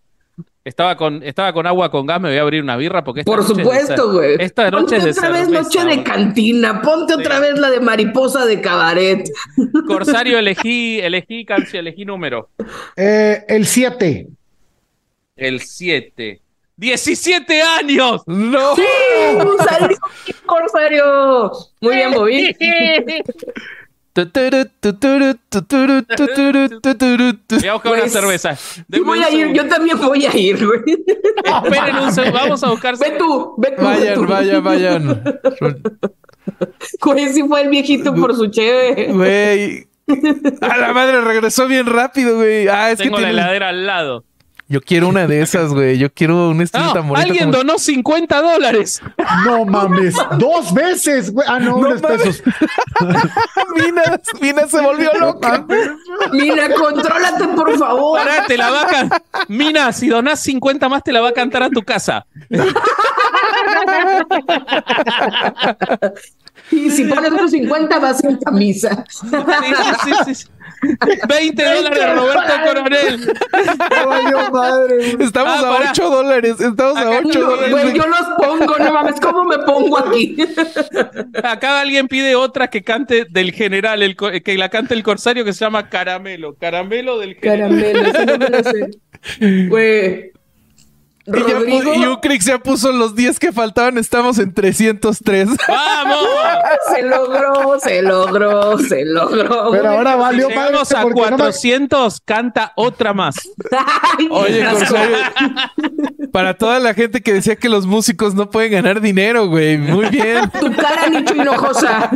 Estaba con, estaba con agua con gas, me voy a abrir una birra porque esta Por noche es de supuesto, cer- güey. Esta noche Ponte es de otra vez cerveza, noche de güey. cantina. Ponte Sí. otra vez la de mariposa de cabaret. Corsario elegí, elegí canción, elegí número. Eh, el 7. El 7. 17 años. No. ¡Oh, ¡Salió bien, corsario! Muy bien, Bobby. Tuturu, tuturu, tuturu, tuturu, tuturu, Voy tuturu. a buscar Güey, una cerveza. Yo Pues, Denme voy un a ir, segundo. yo también voy a ir, güey. Esperen un segundo, vamos a buscar Ve tú, ve tú. ve tú. Vayan, vayan, vayan. Güey, sí fue el viejito por su cheve. Güey. A la madre regresó bien rápido, güey. Ah, es Tengo que la tiene- heladera al lado. Yo quiero una de esas, güey. Yo quiero una estrella No, tan bonita alguien como- donó 50 dólares. No mames, dos veces, güey. Ah, no, No unos mames. pesos. Minas, Minas se volvió loca. Ah, Mina, contrólate, por favor. Pará, te la va a can- Mina, si donás 50 más, te la va a cantar a tu casa. Y si pones otros 50, vas en camisa. Sí, sí, sí, sí. 20 dólares de Roberto Coronel. Ya valió madre, güey. Estamos Ah, a pará. 8 dólares. Estamos a Acá 8 No, dólares. güey, yo los pongo, no mames, ¿cómo me pongo aquí? Acá alguien pide otra que cante del general, el co- que la cante el corsario que se llama Caramelo. Caramelo del general. Caramelo, eso no me lo sé. Güey. Y, ya Rodrigo. pu- y Ucrix ya puso los 10 que faltaban, estamos en 303. ¡Vamos! Se logró, se logró, se logró. Pero ahora valió Si madre este llegamos este a porque no me- 400, canta otra más. Ay, Oye, asco. Corsario, para toda la gente que decía que los músicos no pueden ganar dinero, güey, muy bien. tu cara Nicho Hinojosa.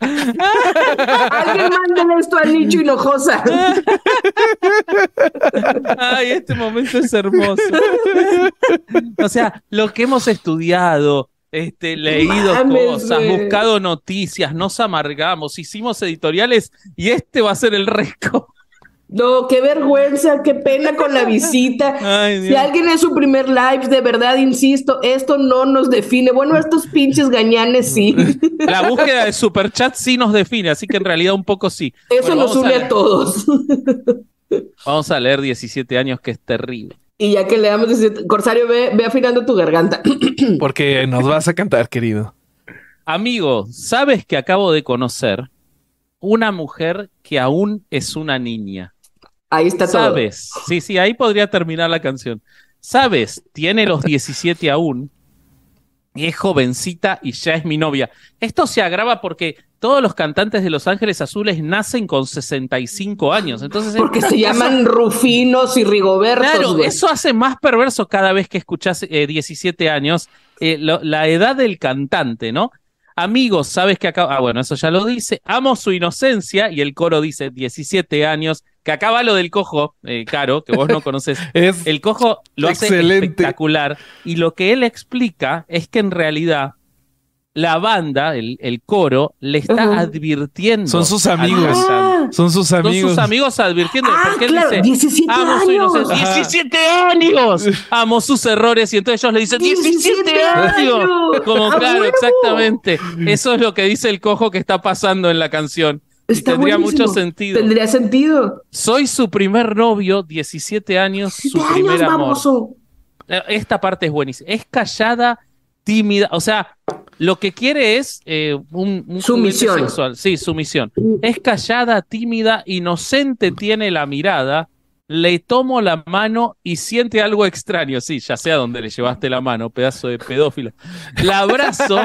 Alguien mándale esto a Nicho Hinojosa. Ay, este momento es hermoso. O sea, lo que hemos estudiado, este, leído Mames, cosas, güey. buscado noticias, nos amargamos, hicimos editoriales y este va a ser el resto. No, qué vergüenza, qué pena con la visita. Ay, Si Dios. alguien es su primer live, de verdad, insisto, esto no nos define. Bueno, estos pinches gañanes sí. La búsqueda de Superchat sí nos define, así que en realidad un poco sí. Eso Bueno, nos vamos une a, leer- todos. Vamos a leer 17 años, que es terrible. Y ya que le damos, ese- Corsario, ve, ve afinando tu garganta. Porque nos vas a cantar, querido. Amigo, sabes que acabo de conocer una mujer que aún es una niña. Ahí está todo. Sabes, sí, sí, ahí podría terminar la canción. Sabes, tiene los 17 aún. y Es jovencita y ya es mi novia. Esto se agrava porque todos los cantantes de Los Ángeles Azules nacen con 65 años. Entonces, Porque se llaman Rufinos y Rigobertos. Claro, güey. eso hace más perverso cada vez que escuchás eh, 17 años, eh, lo- la edad del cantante, ¿no? Amigos, sabes que acaba. Ah, bueno, eso ya lo dice. Amo su inocencia y el coro dice 17 años, que acaba lo del cojo, eh, Caro, que vos no conoces. Es El cojo lo hace Excelente. espectacular. Y lo que él explica es que en realidad la banda, el, el coro, le está Ajá. advirtiendo. Son sus al amigos. cantante. Ah, son sus Son amigos. sus amigos advirtiéndole. ah, porque él claro, dice, Ah, 17 Amo su años. inocencia. Ajá. 17 años. Amo sus errores. Y entonces ellos le dicen 17, 17 años. años. Como ¡A claro, huevo! exactamente. Eso es lo que dice el cojo que está pasando en la canción. Y Está tendría buenísimo. mucho sentido. Tendría sentido. Soy su primer novio, 17 años, su 17 primer años, amor. baboso. Eh, Esta parte es buenísima. Es callada, tímida. O sea, lo que quiere es eh, un, un Sumisión. juguete sexual. Sí, sumisión. Es callada, tímida, inocente tiene la mirada. Le tomo la mano y siente algo extraño. Sí, ya sé a dónde le llevaste la mano, pedazo de pedófilo. La abrazo.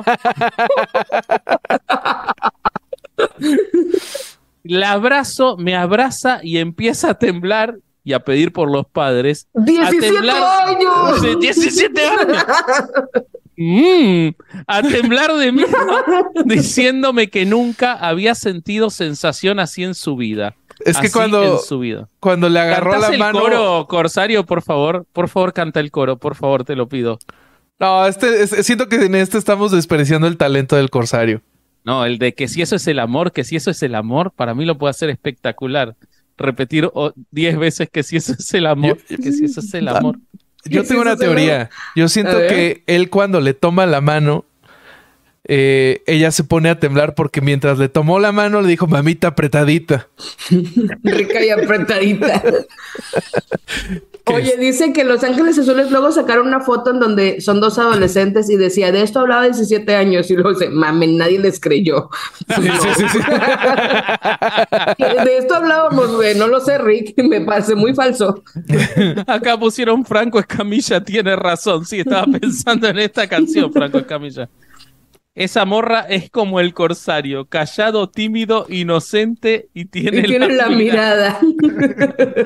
la abrazo, me abraza y empieza a temblar y a pedir por los padres. 17 temblar. años. Sí, 17 años. Mm, a temblar de mí, ¿no? diciéndome que nunca había sentido sensación así en su vida. Es que Así cuando, en su vida. cuando le agarró ¿Cantás la el mano. coro, Corsario, por favor? Por favor, canta el coro, por favor, te lo pido. No, este, es- siento que en este estamos despreciando el talento del corsario. No, el de que si eso es el amor, que si eso es el amor, para mí lo puede hacer espectacular. Repetir oh, 10 veces que si eso es el amor, que si eso es el Ah, amor. Yo Sí, tengo sí, una sí, sí, teoría. Yo siento A ver. que él cuando le toma la mano, eh, ella se pone a temblar porque mientras le tomó la mano le dijo mamita apretadita. Rica y apretadita. Oye, dice que Los Ángeles Azules luego sacaron una foto en donde son dos adolescentes y decía, de esto hablaba 17 años y luego dice, mamen, nadie les creyó. Sí, sí, sí. De esto hablábamos, güey, no lo sé, Rick, me parece muy falso. Acá pusieron Franco Escamilla, tiene razón. Sí, estaba pensando en esta canción, Franco Escamilla. Esa morra es como el corsario, callado, tímido, inocente y tiene, Y tienen la mirada. mirada.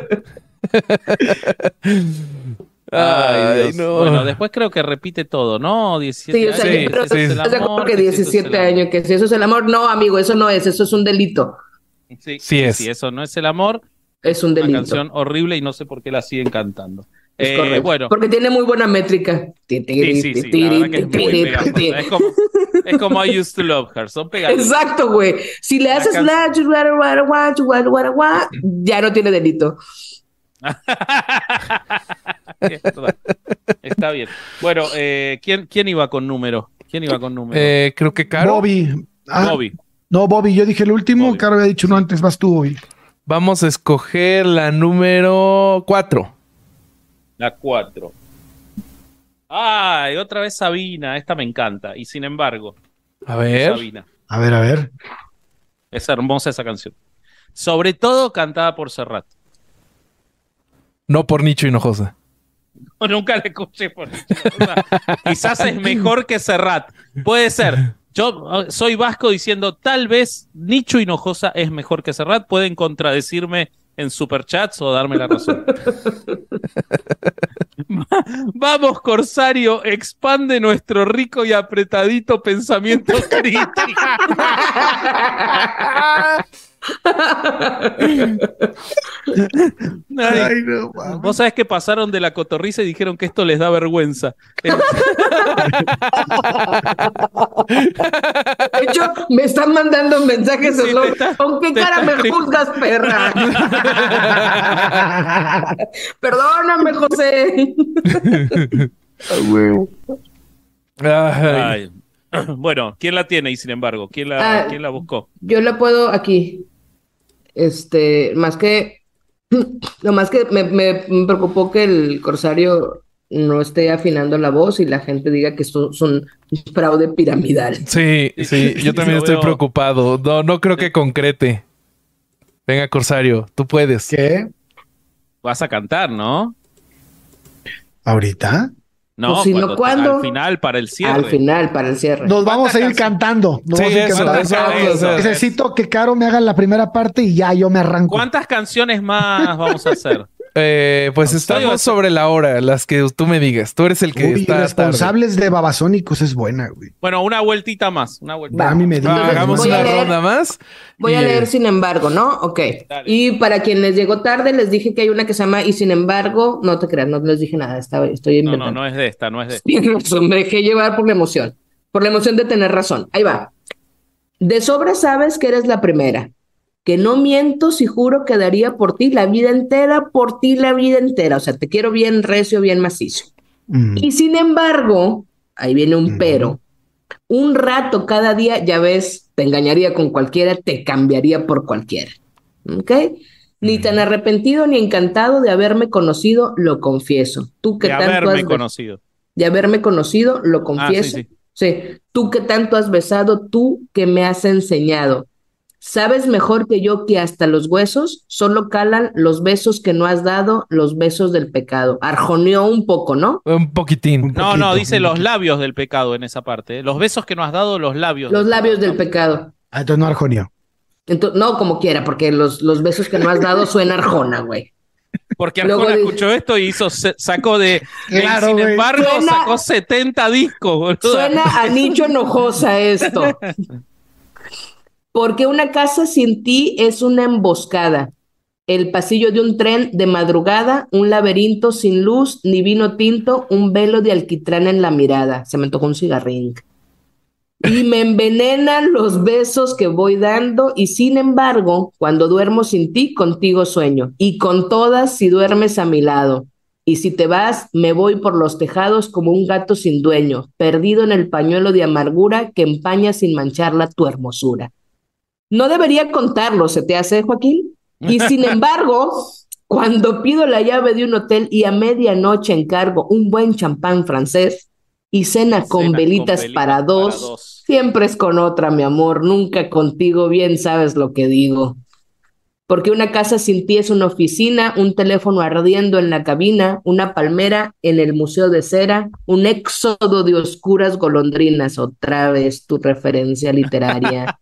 Ay, Ay, Dios. no. Bueno, después creo que repite todo, ¿no? 17 Sí, o sea, años, Sí, yo creo ese que es el estás de acuerdo amor, que ese es el 17 amor. años, que si eso es el amor, no, amigo, eso no es, eso es un delito. Sí, Sí es. sí, eso no es el amor. Es un Una delito. canción horrible y no sé por qué la siguen cantando. Es Eh, correcto. bueno, Porque tiene muy buena métrica. sí, sí, sí. La verdad que es muy pegajosa. Es como, es como I used to love her. Son pegadizas. Exacto, güey. Si le La haces canción. la you gotta, gotta, gotta, you gotta, gotta, gotta, ya no tiene delito. Mierda. Está bien. Bueno, eh, ¿quién, ¿quién iba con número? ¿Quién iba con número? Eh, creo que Caro. Bobby. Ah, Bobby. No, Bobby, yo dije el último, Bobby. Caro había dicho uno antes, vas tú, Bobby. Vamos a escoger la número 4. La 4. Ay, otra vez Sabina. Esta me encanta. Y sin embargo, A ver. Sabina. A ver, a ver. Es hermosa esa canción. Sobre todo cantada por Serrat. no por Nicho Hinojosa. No, nunca la escuché por Nicho Hinojosa. Quizás es mejor que Serrat. Puede ser. Yo eh, soy vasco diciendo, tal vez Nicho Hinojosa es mejor que Serrat. Pueden contradecirme en superchats o darme la razón. Va- Vamos, Corsario, expande nuestro rico y apretadito pensamiento crítico. Ay, Ay, no, mames. Vos sabés que pasaron de la cotorriza y dijeron que esto les da vergüenza. Eh, De hecho, me están mandando mensajes Sí, de lo- te está- ¿Con qué te cara está me escribiendo. juzgas, perra? Perdóname, José. Ay. ay. Bueno, ¿quién la tiene y sin embargo? ¿Quién la, Ah. ¿quién la buscó? Yo la puedo aquí. Este, más que. Lo más que me, me- me preocupó que el corsario no esté afinando la voz y la gente diga que esto es un fraude piramidal. Sí, sí, yo también Lo estoy veo. preocupado. No, no creo que concrete. Venga, Corsario, tú puedes. ¿Qué? Vas a cantar, ¿no? ¿Ahorita? No, Pues si no, ¿cuándo? al final, para el cierre. Al final, para el cierre. Nos vamos a ir cantando. Nos Sí, vamos a ir eso, cantando. eso, eso, eso. Necesito que Caro me haga la primera parte y ya yo me arranco. ¿Cuántas canciones más vamos a hacer? Eh, pues Corsario, estamos sobre la hora, las que tú me digas. Tú eres el que Uy, está tarde. responsables de babasónicos es buena, güey. Bueno, una vueltita más. Una vueltita. A mí me digas, Ah, hagamos Voy madre. a una leer. ronda más. Voy a Y, eh, leer sin embargo, ¿no? Ok. Dale. Y para quien les llegó tarde, les dije que hay una que se llama Y sin embargo, no te creas, no les dije nada, estaba, estoy No, no, inventando. no es de esta, no es de esta. Tienes razón, me dejé llevar por la emoción, por la emoción de tener razón. Ahí va. De sobra sabes que eres la primera, que no miento si juro que daría por ti la vida entera, por ti la vida entera. O sea, te quiero bien recio, bien macizo. Mm. Y sin embargo, ahí viene un Ujú. pero. Un rato cada día, ya ves, te engañaría con cualquiera, te cambiaría por cualquiera. ¿Ok? Ni tan arrepentido ni encantado de haberme conocido, lo confieso. Tú que De tanto has haberme be- conocido. de haberme conocido, lo Ah, sí, confieso. sí. Sí, tú que tanto has besado, tú que me has enseñado. Sabes mejor que yo que hasta los huesos solo calan los besos que no has dado, los besos del pecado. Arjoneó un poco, ¿no? Un poquitín. No, poquito, no, un dice los labios del pecado en esa parte. ¿eh? Los besos que nos has dado, los labios. Los labios del pecado. Ah, entonces no, Arjonio. Ento- no, como quiera, porque los, los besos que no has dado suena arjona, güey. Porque Luego Arjona dice- escuchó esto y hizo, se- sacó de. del Claro, sin güey. embargo, Suena- sacó 70 discos, boludo. Suena a nicho enojosa esto. Porque una casa sin ti es una emboscada. El pasillo de un tren de madrugada, un laberinto sin luz, ni vino tinto, un velo de alquitrán en la mirada. Se me tocó un cigarrín. Y me envenenan los besos que voy dando y sin embargo, cuando duermo sin ti, contigo sueño. Y con todas si duermes a mi lado. Y si te vas, me voy por los tejados como un gato sin dueño, perdido en el pañuelo de amargura que empaña sin mancharla tu hermosura. No debería contarlo, ¿se te hace, Joaquín? Y sin embargo, cuando pido la llave de un hotel y a medianoche encargo un buen champán francés y cena con Cena velitas velitas para dos, siempre es con otra, mi amor, nunca contigo, bien sabes lo que digo. Porque una casa sin ti es una oficina, un teléfono ardiendo en la cabina, una palmera en el museo de cera, un éxodo de oscuras golondrinas, otra vez tu referencia literaria.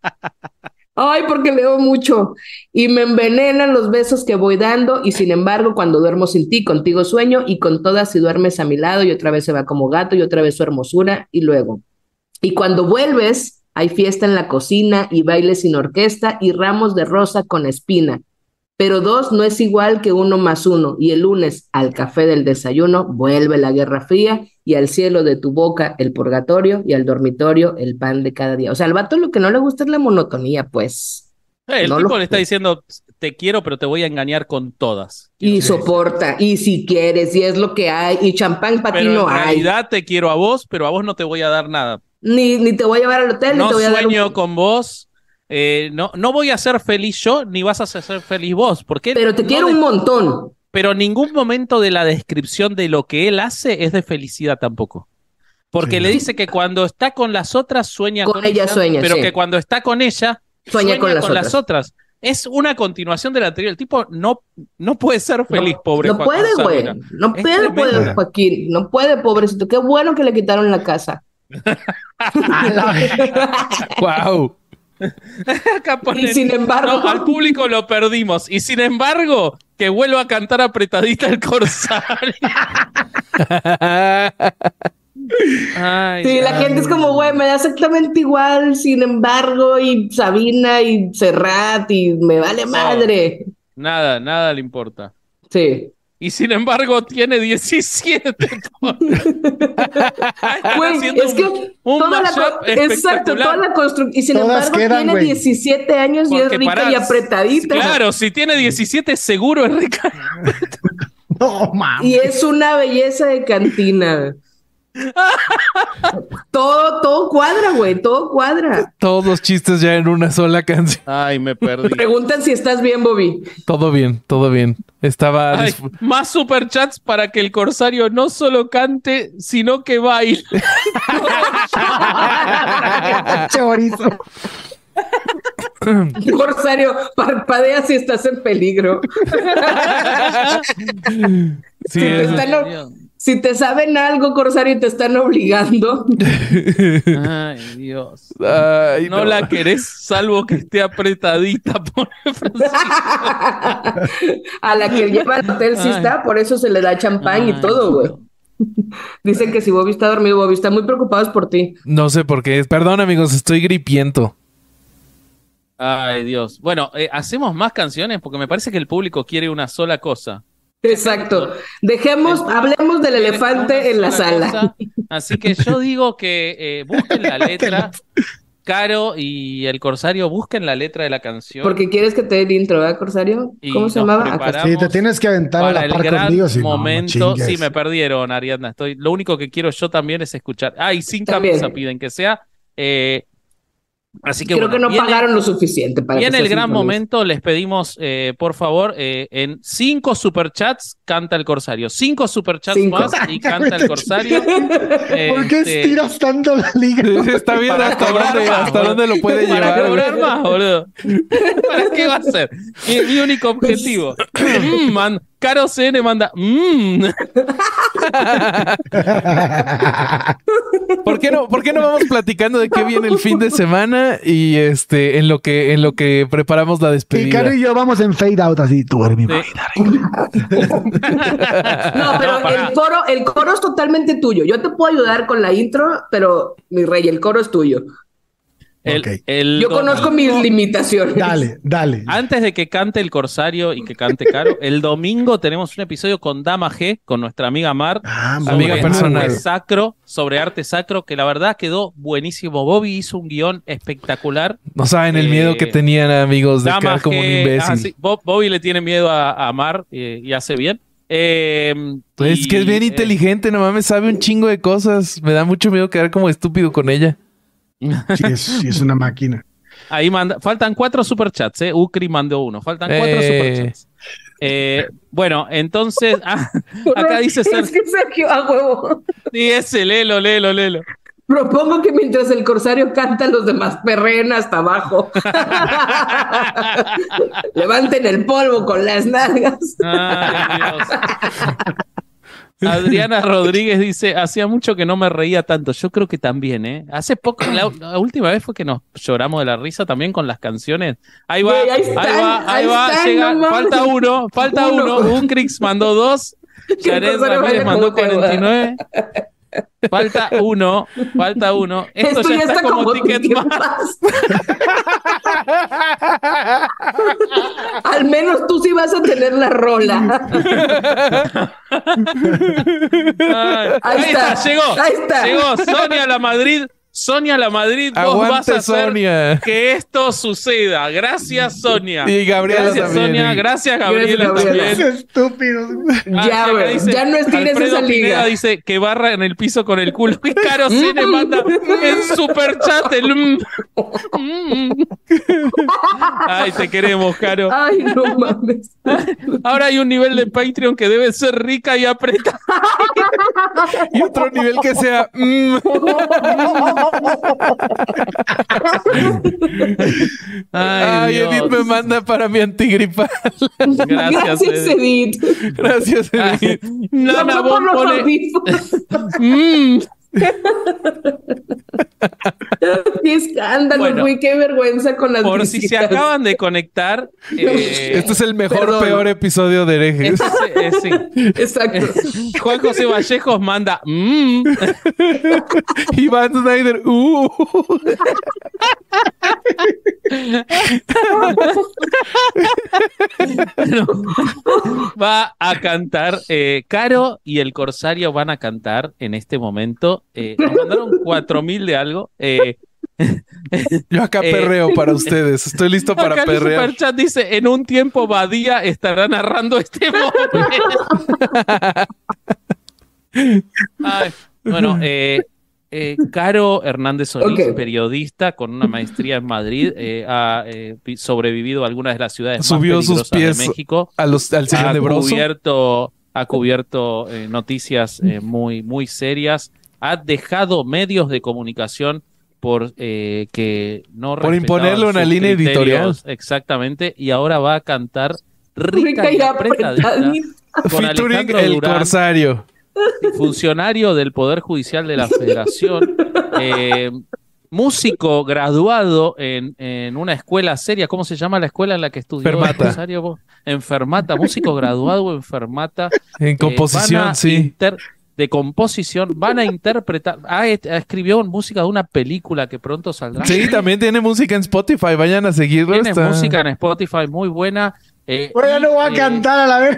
Ay, porque leo mucho y me envenenan los besos que voy dando y sin embargo cuando duermo sin ti, contigo sueño y con todas si duermes a mi lado y otra vez se va como gato y otra vez su hermosura y luego. Y cuando vuelves, hay fiesta en la cocina y baile sin orquesta y ramos de rosa con espina. Pero dos no es igual que uno más uno. Y el lunes, al café del desayuno, vuelve la guerra fría y al cielo de tu boca el purgatorio y al dormitorio el pan de cada día. O sea, al vato lo que no le gusta es la monotonía, pues. Eh, el No tipo lo- le está diciendo, te quiero, pero te voy a engañar con todas. Y soporta, y si quieres, y es lo que hay, y champán para ti Pero no en hay. realidad te quiero a vos, pero a vos no te voy a dar nada. Ni, ni te voy a llevar al hotel, ni No te voy a dar un- sueño con vos. eh, no, no voy a ser feliz yo, ni vas a ser feliz vos. Porque él Pero te no quiero de- un montón. Pero ningún momento de la descripción de lo que él hace es de felicidad tampoco. Porque Sí. le dice que cuando está con las otras sueña Con con, ella sueña, pero sí. que cuando está con ella Sueña con las otras. otras. es una continuación de la anterior. El tipo no, no puede ser feliz, no, pobre. No Joaquín puede, güey. Sabina. No Es puede, tremendo. puede, Joaquín. No puede, pobrecito. Qué bueno que le quitaron la casa. ¡Wow! Acá ponen, Y sin embargo- "No, al público lo perdimos. Y sin embargo, que vuelva a cantar apretadita el corsario. Ay, Sí, la gente es como, güey, me da exactamente igual, sin embargo, y Sabina y Serrat y me vale madre. Nada, nada le importa. Sí. Y sin embargo, tiene 17. Güey, es que toda la, co- exacto, toda la construcción, y sin Todas embargo quedan, tiene güey. 17 años y es rica y apretadita. Claro, si tiene 17, seguro es rica. No, mames. Y es una belleza de cantina. todo, todo cuadra, güey, todo cuadra. Todos los chistes ya en una sola canción. Ay, me perdí. Preguntan si estás bien, Bobby. Todo bien, todo bien. Estaba. Ay, disfr- más superchats para que el corsario no solo cante, sino que baile. Chorizo. Corsario, parpadea si estás en peligro. Sí, si, te es- están o- si te saben algo, Corsario, y te están obligando. Ay, Dios. Ay, No la querés, salvo que esté apretadita. Por... A la que lleva al hotel sí Ay. está, por eso se le da champán y Ay, todo, güey. no. Dicen que si Bobby está dormido, Bobby está muy preocupados por ti. No sé por qué. es. Perdón, amigos, estoy gripiento. Ay, Dios. Bueno, eh, hacemos más canciones porque me parece que el público quiere una sola cosa. Exacto. Dejemos, hablemos del elefante en la Una sola sala. cosa. Así que yo digo que eh, busquen la letra. Caro y el corsario busquen la letra de la canción. Porque quieres que te dé el intro, ¿verdad, Corsario? Y ¿Cómo se nos llamaba? Acá está. preparamos. Sí, te tienes que aventar a para la el par gran conmigo. Si no, no momento. chingues. sí, me perdieron, Ariadna. Estoy, lo único que quiero yo también es escuchar. Ah, y sin También. camisa piden que sea. Eh, así que Creo bueno, que no viene- pagaron lo suficiente para Y que en sea el gran sincronizado. momento les pedimos, eh, por favor, eh, en cinco superchats canta el Corsario. Cinco superchats Cinco. más y canta el Corsario. ¿Por qué Este, estiras tanto la liga? Está viendo Para hasta cobrar dónde, más, hasta boludo. dónde lo puede Para llevar. güey. cobrar más, boludo. ¿Para qué va a ser? Mi, mi único objetivo. Mm, man- Caro CN manda. mm. ¿Por qué no, por qué no vamos platicando de qué viene el fin de semana y este en lo que en lo que preparamos la Y Caro despedida? y yo vamos en fade out así. Tú eres mi Sí. madre. No, pero No, pará. el coro, el coro es totalmente tuyo. Yo te puedo ayudar con la intro, pero mi rey, el coro es tuyo. El- Ok. el Yo domingo- conozco mis limitaciones. Dale, dale. Antes de que cante el Corsario y que cante Caro, el domingo tenemos un episodio con Dama G, con nuestra amiga Mar, Ah, sobre Amiga arte personal. sacro, sobre arte sacro, que la verdad quedó buenísimo. Bobby hizo un guión espectacular. No saben el Eh, miedo que tenían amigos de Dama quedar como un G- ah, sí, imbécil. Bob- Bobby le tiene miedo a, a Mar eh, y hace bien. Eh, Pues Es y, que es bien eh, inteligente, no mames, sabe un chingo de cosas. Me da mucho miedo quedar como estúpido con ella. Sí, es, sí, es una máquina. Ahí manda, faltan cuatro superchats, ¿eh? Ucri mandó uno, faltan cuatro Eh. superchats. Eh, bueno, entonces, ah, acá dice Es Sergio, que Sergio, a huevo. sí, ese, léelo, léelo, léelo. Propongo que mientras el corsario canta, los demás perren hasta abajo. Levanten el polvo con las nalgas. Ay, Dios. Adriana Rodríguez dice, hacía mucho que no me reía tanto. Yo creo que también, ¿eh? Hace poco, la, la última vez fue que nos lloramos de la risa también con las canciones. Ahí va, Güey, ahí ahí, están, va, ahí, ahí va, están, llega- no mames. falta uno, falta Uno. uno. Uncrix mandó dos, Jared cosa no Ramírez vale mandó como te va. 49. Falta uno, falta uno. Esto, ya está, como, ticket más. Ticketmaster. Al menos tú sí vas a tener la Ah, rola. Ay, Ahí Ahí, está, está, llegó. ahí está. Llegó Sonia la Madrid. Sonia la Madrid, vos vas a Aguante, hacer Sonia. que esto suceda. Gracias, Sonia. Y Gabriela Gracias, también. Sonia. Gracias, Gabriela, Gracias, Gabriela. Es también. estúpido. Ah, ya, acá güey, dice, ya no estires Alfredo esa liga. Mm. Pineda dice que barra en el piso con el culo. Y Caro Cine manda en superchat el... mm. Mm. Ay, te queremos, Caro. Ay, no mames. Ahora hay un nivel de Patreon que debe ser rica y apretada. Y otro nivel que sea. mm, Ay, Edith me manda para mi antigripal. Gracias, Gracias, Edith. Gracias, Edith. No, Nana fue por Bon los pone- audífonos. Mm, Qué escándalo, Bueno, güey, qué vergüenza con las por si se visitas. acaban de conectar. eh, Este es el mejor, Perdón. peor episodio de herejes. eh, sí. Exacto. Juan José Vallejos manda. mm. Iván Snyder, uh. va a cantar. eh, Caro y el Corsario van a cantar en este momento. Eh, nos mandaron 4000 de algo. eh, Yo acá Eh. perreo para ustedes. Estoy listo para acá el perrear. superchat dice: En un tiempo, Badía estará narrando este momento. Ay, bueno, eh, eh, Caro Hernández Solís, Ok. periodista con una maestría en Madrid, eh, ha eh, vi- sobrevivido a algunas de las ciudades Subió más sus peligrosas pies de México. A los, al señor ha de Broso. Ah, cubierto, ha cubierto eh, noticias eh, muy, muy serias, ha dejado medios de comunicación por eh, que no Por respetaban imponerle sus una línea criterios, editorial. exactamente, y ahora va a cantar Rica, Rica y y apretadita apretadita. con Featuring Alejandro el Durán, corsario. funcionario del Poder Judicial de la Federación, eh, músico graduado en, en una escuela seria, ¿cómo se llama la escuela en la que estudió? el Fermata. Rosario, vos? Enfermata, músico graduado en Fermata. En Eh, van composición, a sí. inter- de composición, van a interpretar. Ah, et- escribió música de una película que pronto saldrá. Sí, también tiene música en Spotify. Vayan a seguirlo. Tiene está- música en Spotify muy buena. eh, Pero ya y, no voy a eh, cantar a la vez.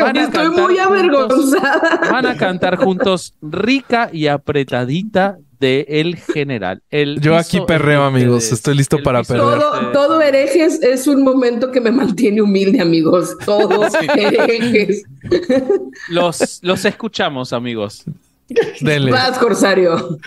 van a Estoy cantar muy juntos- avergonzada. Van a cantar juntos rica y apretadita de El General. El Yo piso aquí perreo, es de amigos. ustedes. Estoy listo El para piso perrear. es de Todo, ustedes. todo herejes es un momento que me mantiene humilde, amigos. Todo herejes. Los, los escuchamos, amigos. Dele. Vas, Corsario.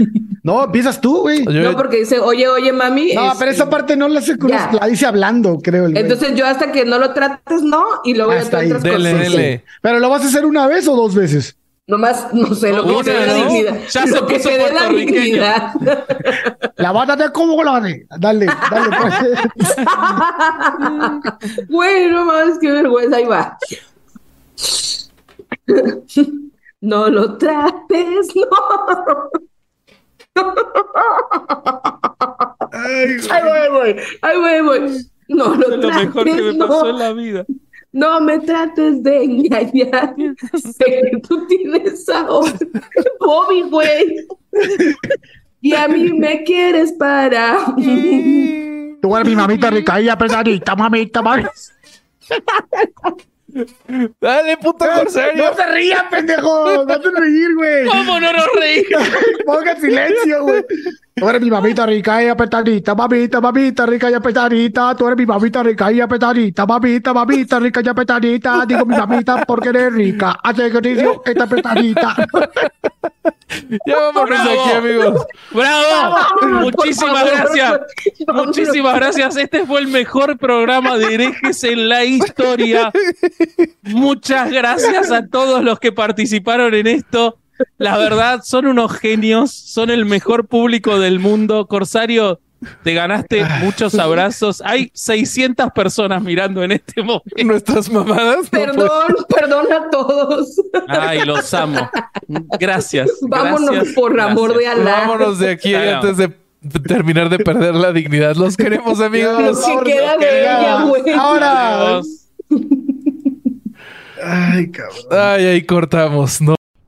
No, empiezas tú, güey. Yo- Ah, No, porque dice, oye, oye, mami. No, es- pero esa parte no la hace con Ya. la dice hablando, creo. el güey. Entonces yo hasta que no lo trates, no, y luego ya Hasta tú ahí. entras Dele, con- Sí, sí. dele. Pero lo vas a hacer una vez o dos veces. Nomás, no sé, lo Una, que te dé la ¿no? dignidad. Ya se lo que puso te dé la puertorriqueño. dignidad. La bata de cómo la bate. Dale, dale. pues. Güey, no mames, qué vergüenza, ahí va. No lo trates, no. Ay, güey, güey. Ay, güey, güey. No lo, Lo trates, mejor que me no. pasó en la vida. No me trates de engañar. Sé que tú tienes a otro. Bobby, güey. Y a mí me quieres para. pues. Tú eres mi mamita rica y apretadita, mamita, mami. Dale, puto No corsario. te rías, pendejo. No te reír, güey. ¿Cómo no nos reímos? Ponga silencio, güey. Tú eres mi mamita rica y apretadita, mamita, mamita rica y apretadita. Tú eres mi mamita rica y apretadita, mamita, mamita rica y apretadita. Digo mi mamita porque eres rica. Hace ejercicio, está apretadita. Ya vámonos de aquí, amigos. ¡Bravo! Vámonos, por Muchísimas favor. gracias. Vámonos. Muchísimas gracias. Este fue el mejor programa de herejes en la historia. Muchas gracias a todos los que participaron en esto. La verdad, son unos genios, son el mejor público del mundo. Corsario, te ganaste muchos abrazos. Hay 600 personas mirando en este momento. Nuestras mamadas. no pueden- Perdón, perdón a todos. Ay, los amo. Gracias. Vámonos gracias, por amor gracias. de Alá. Vámonos de aquí Claro. antes de de terminar de perder la dignidad. Los queremos, Lo amigos. que queda de ella, güey. Ahora. Adiós. Ay, cabrón. Ay, ahí cortamos. No.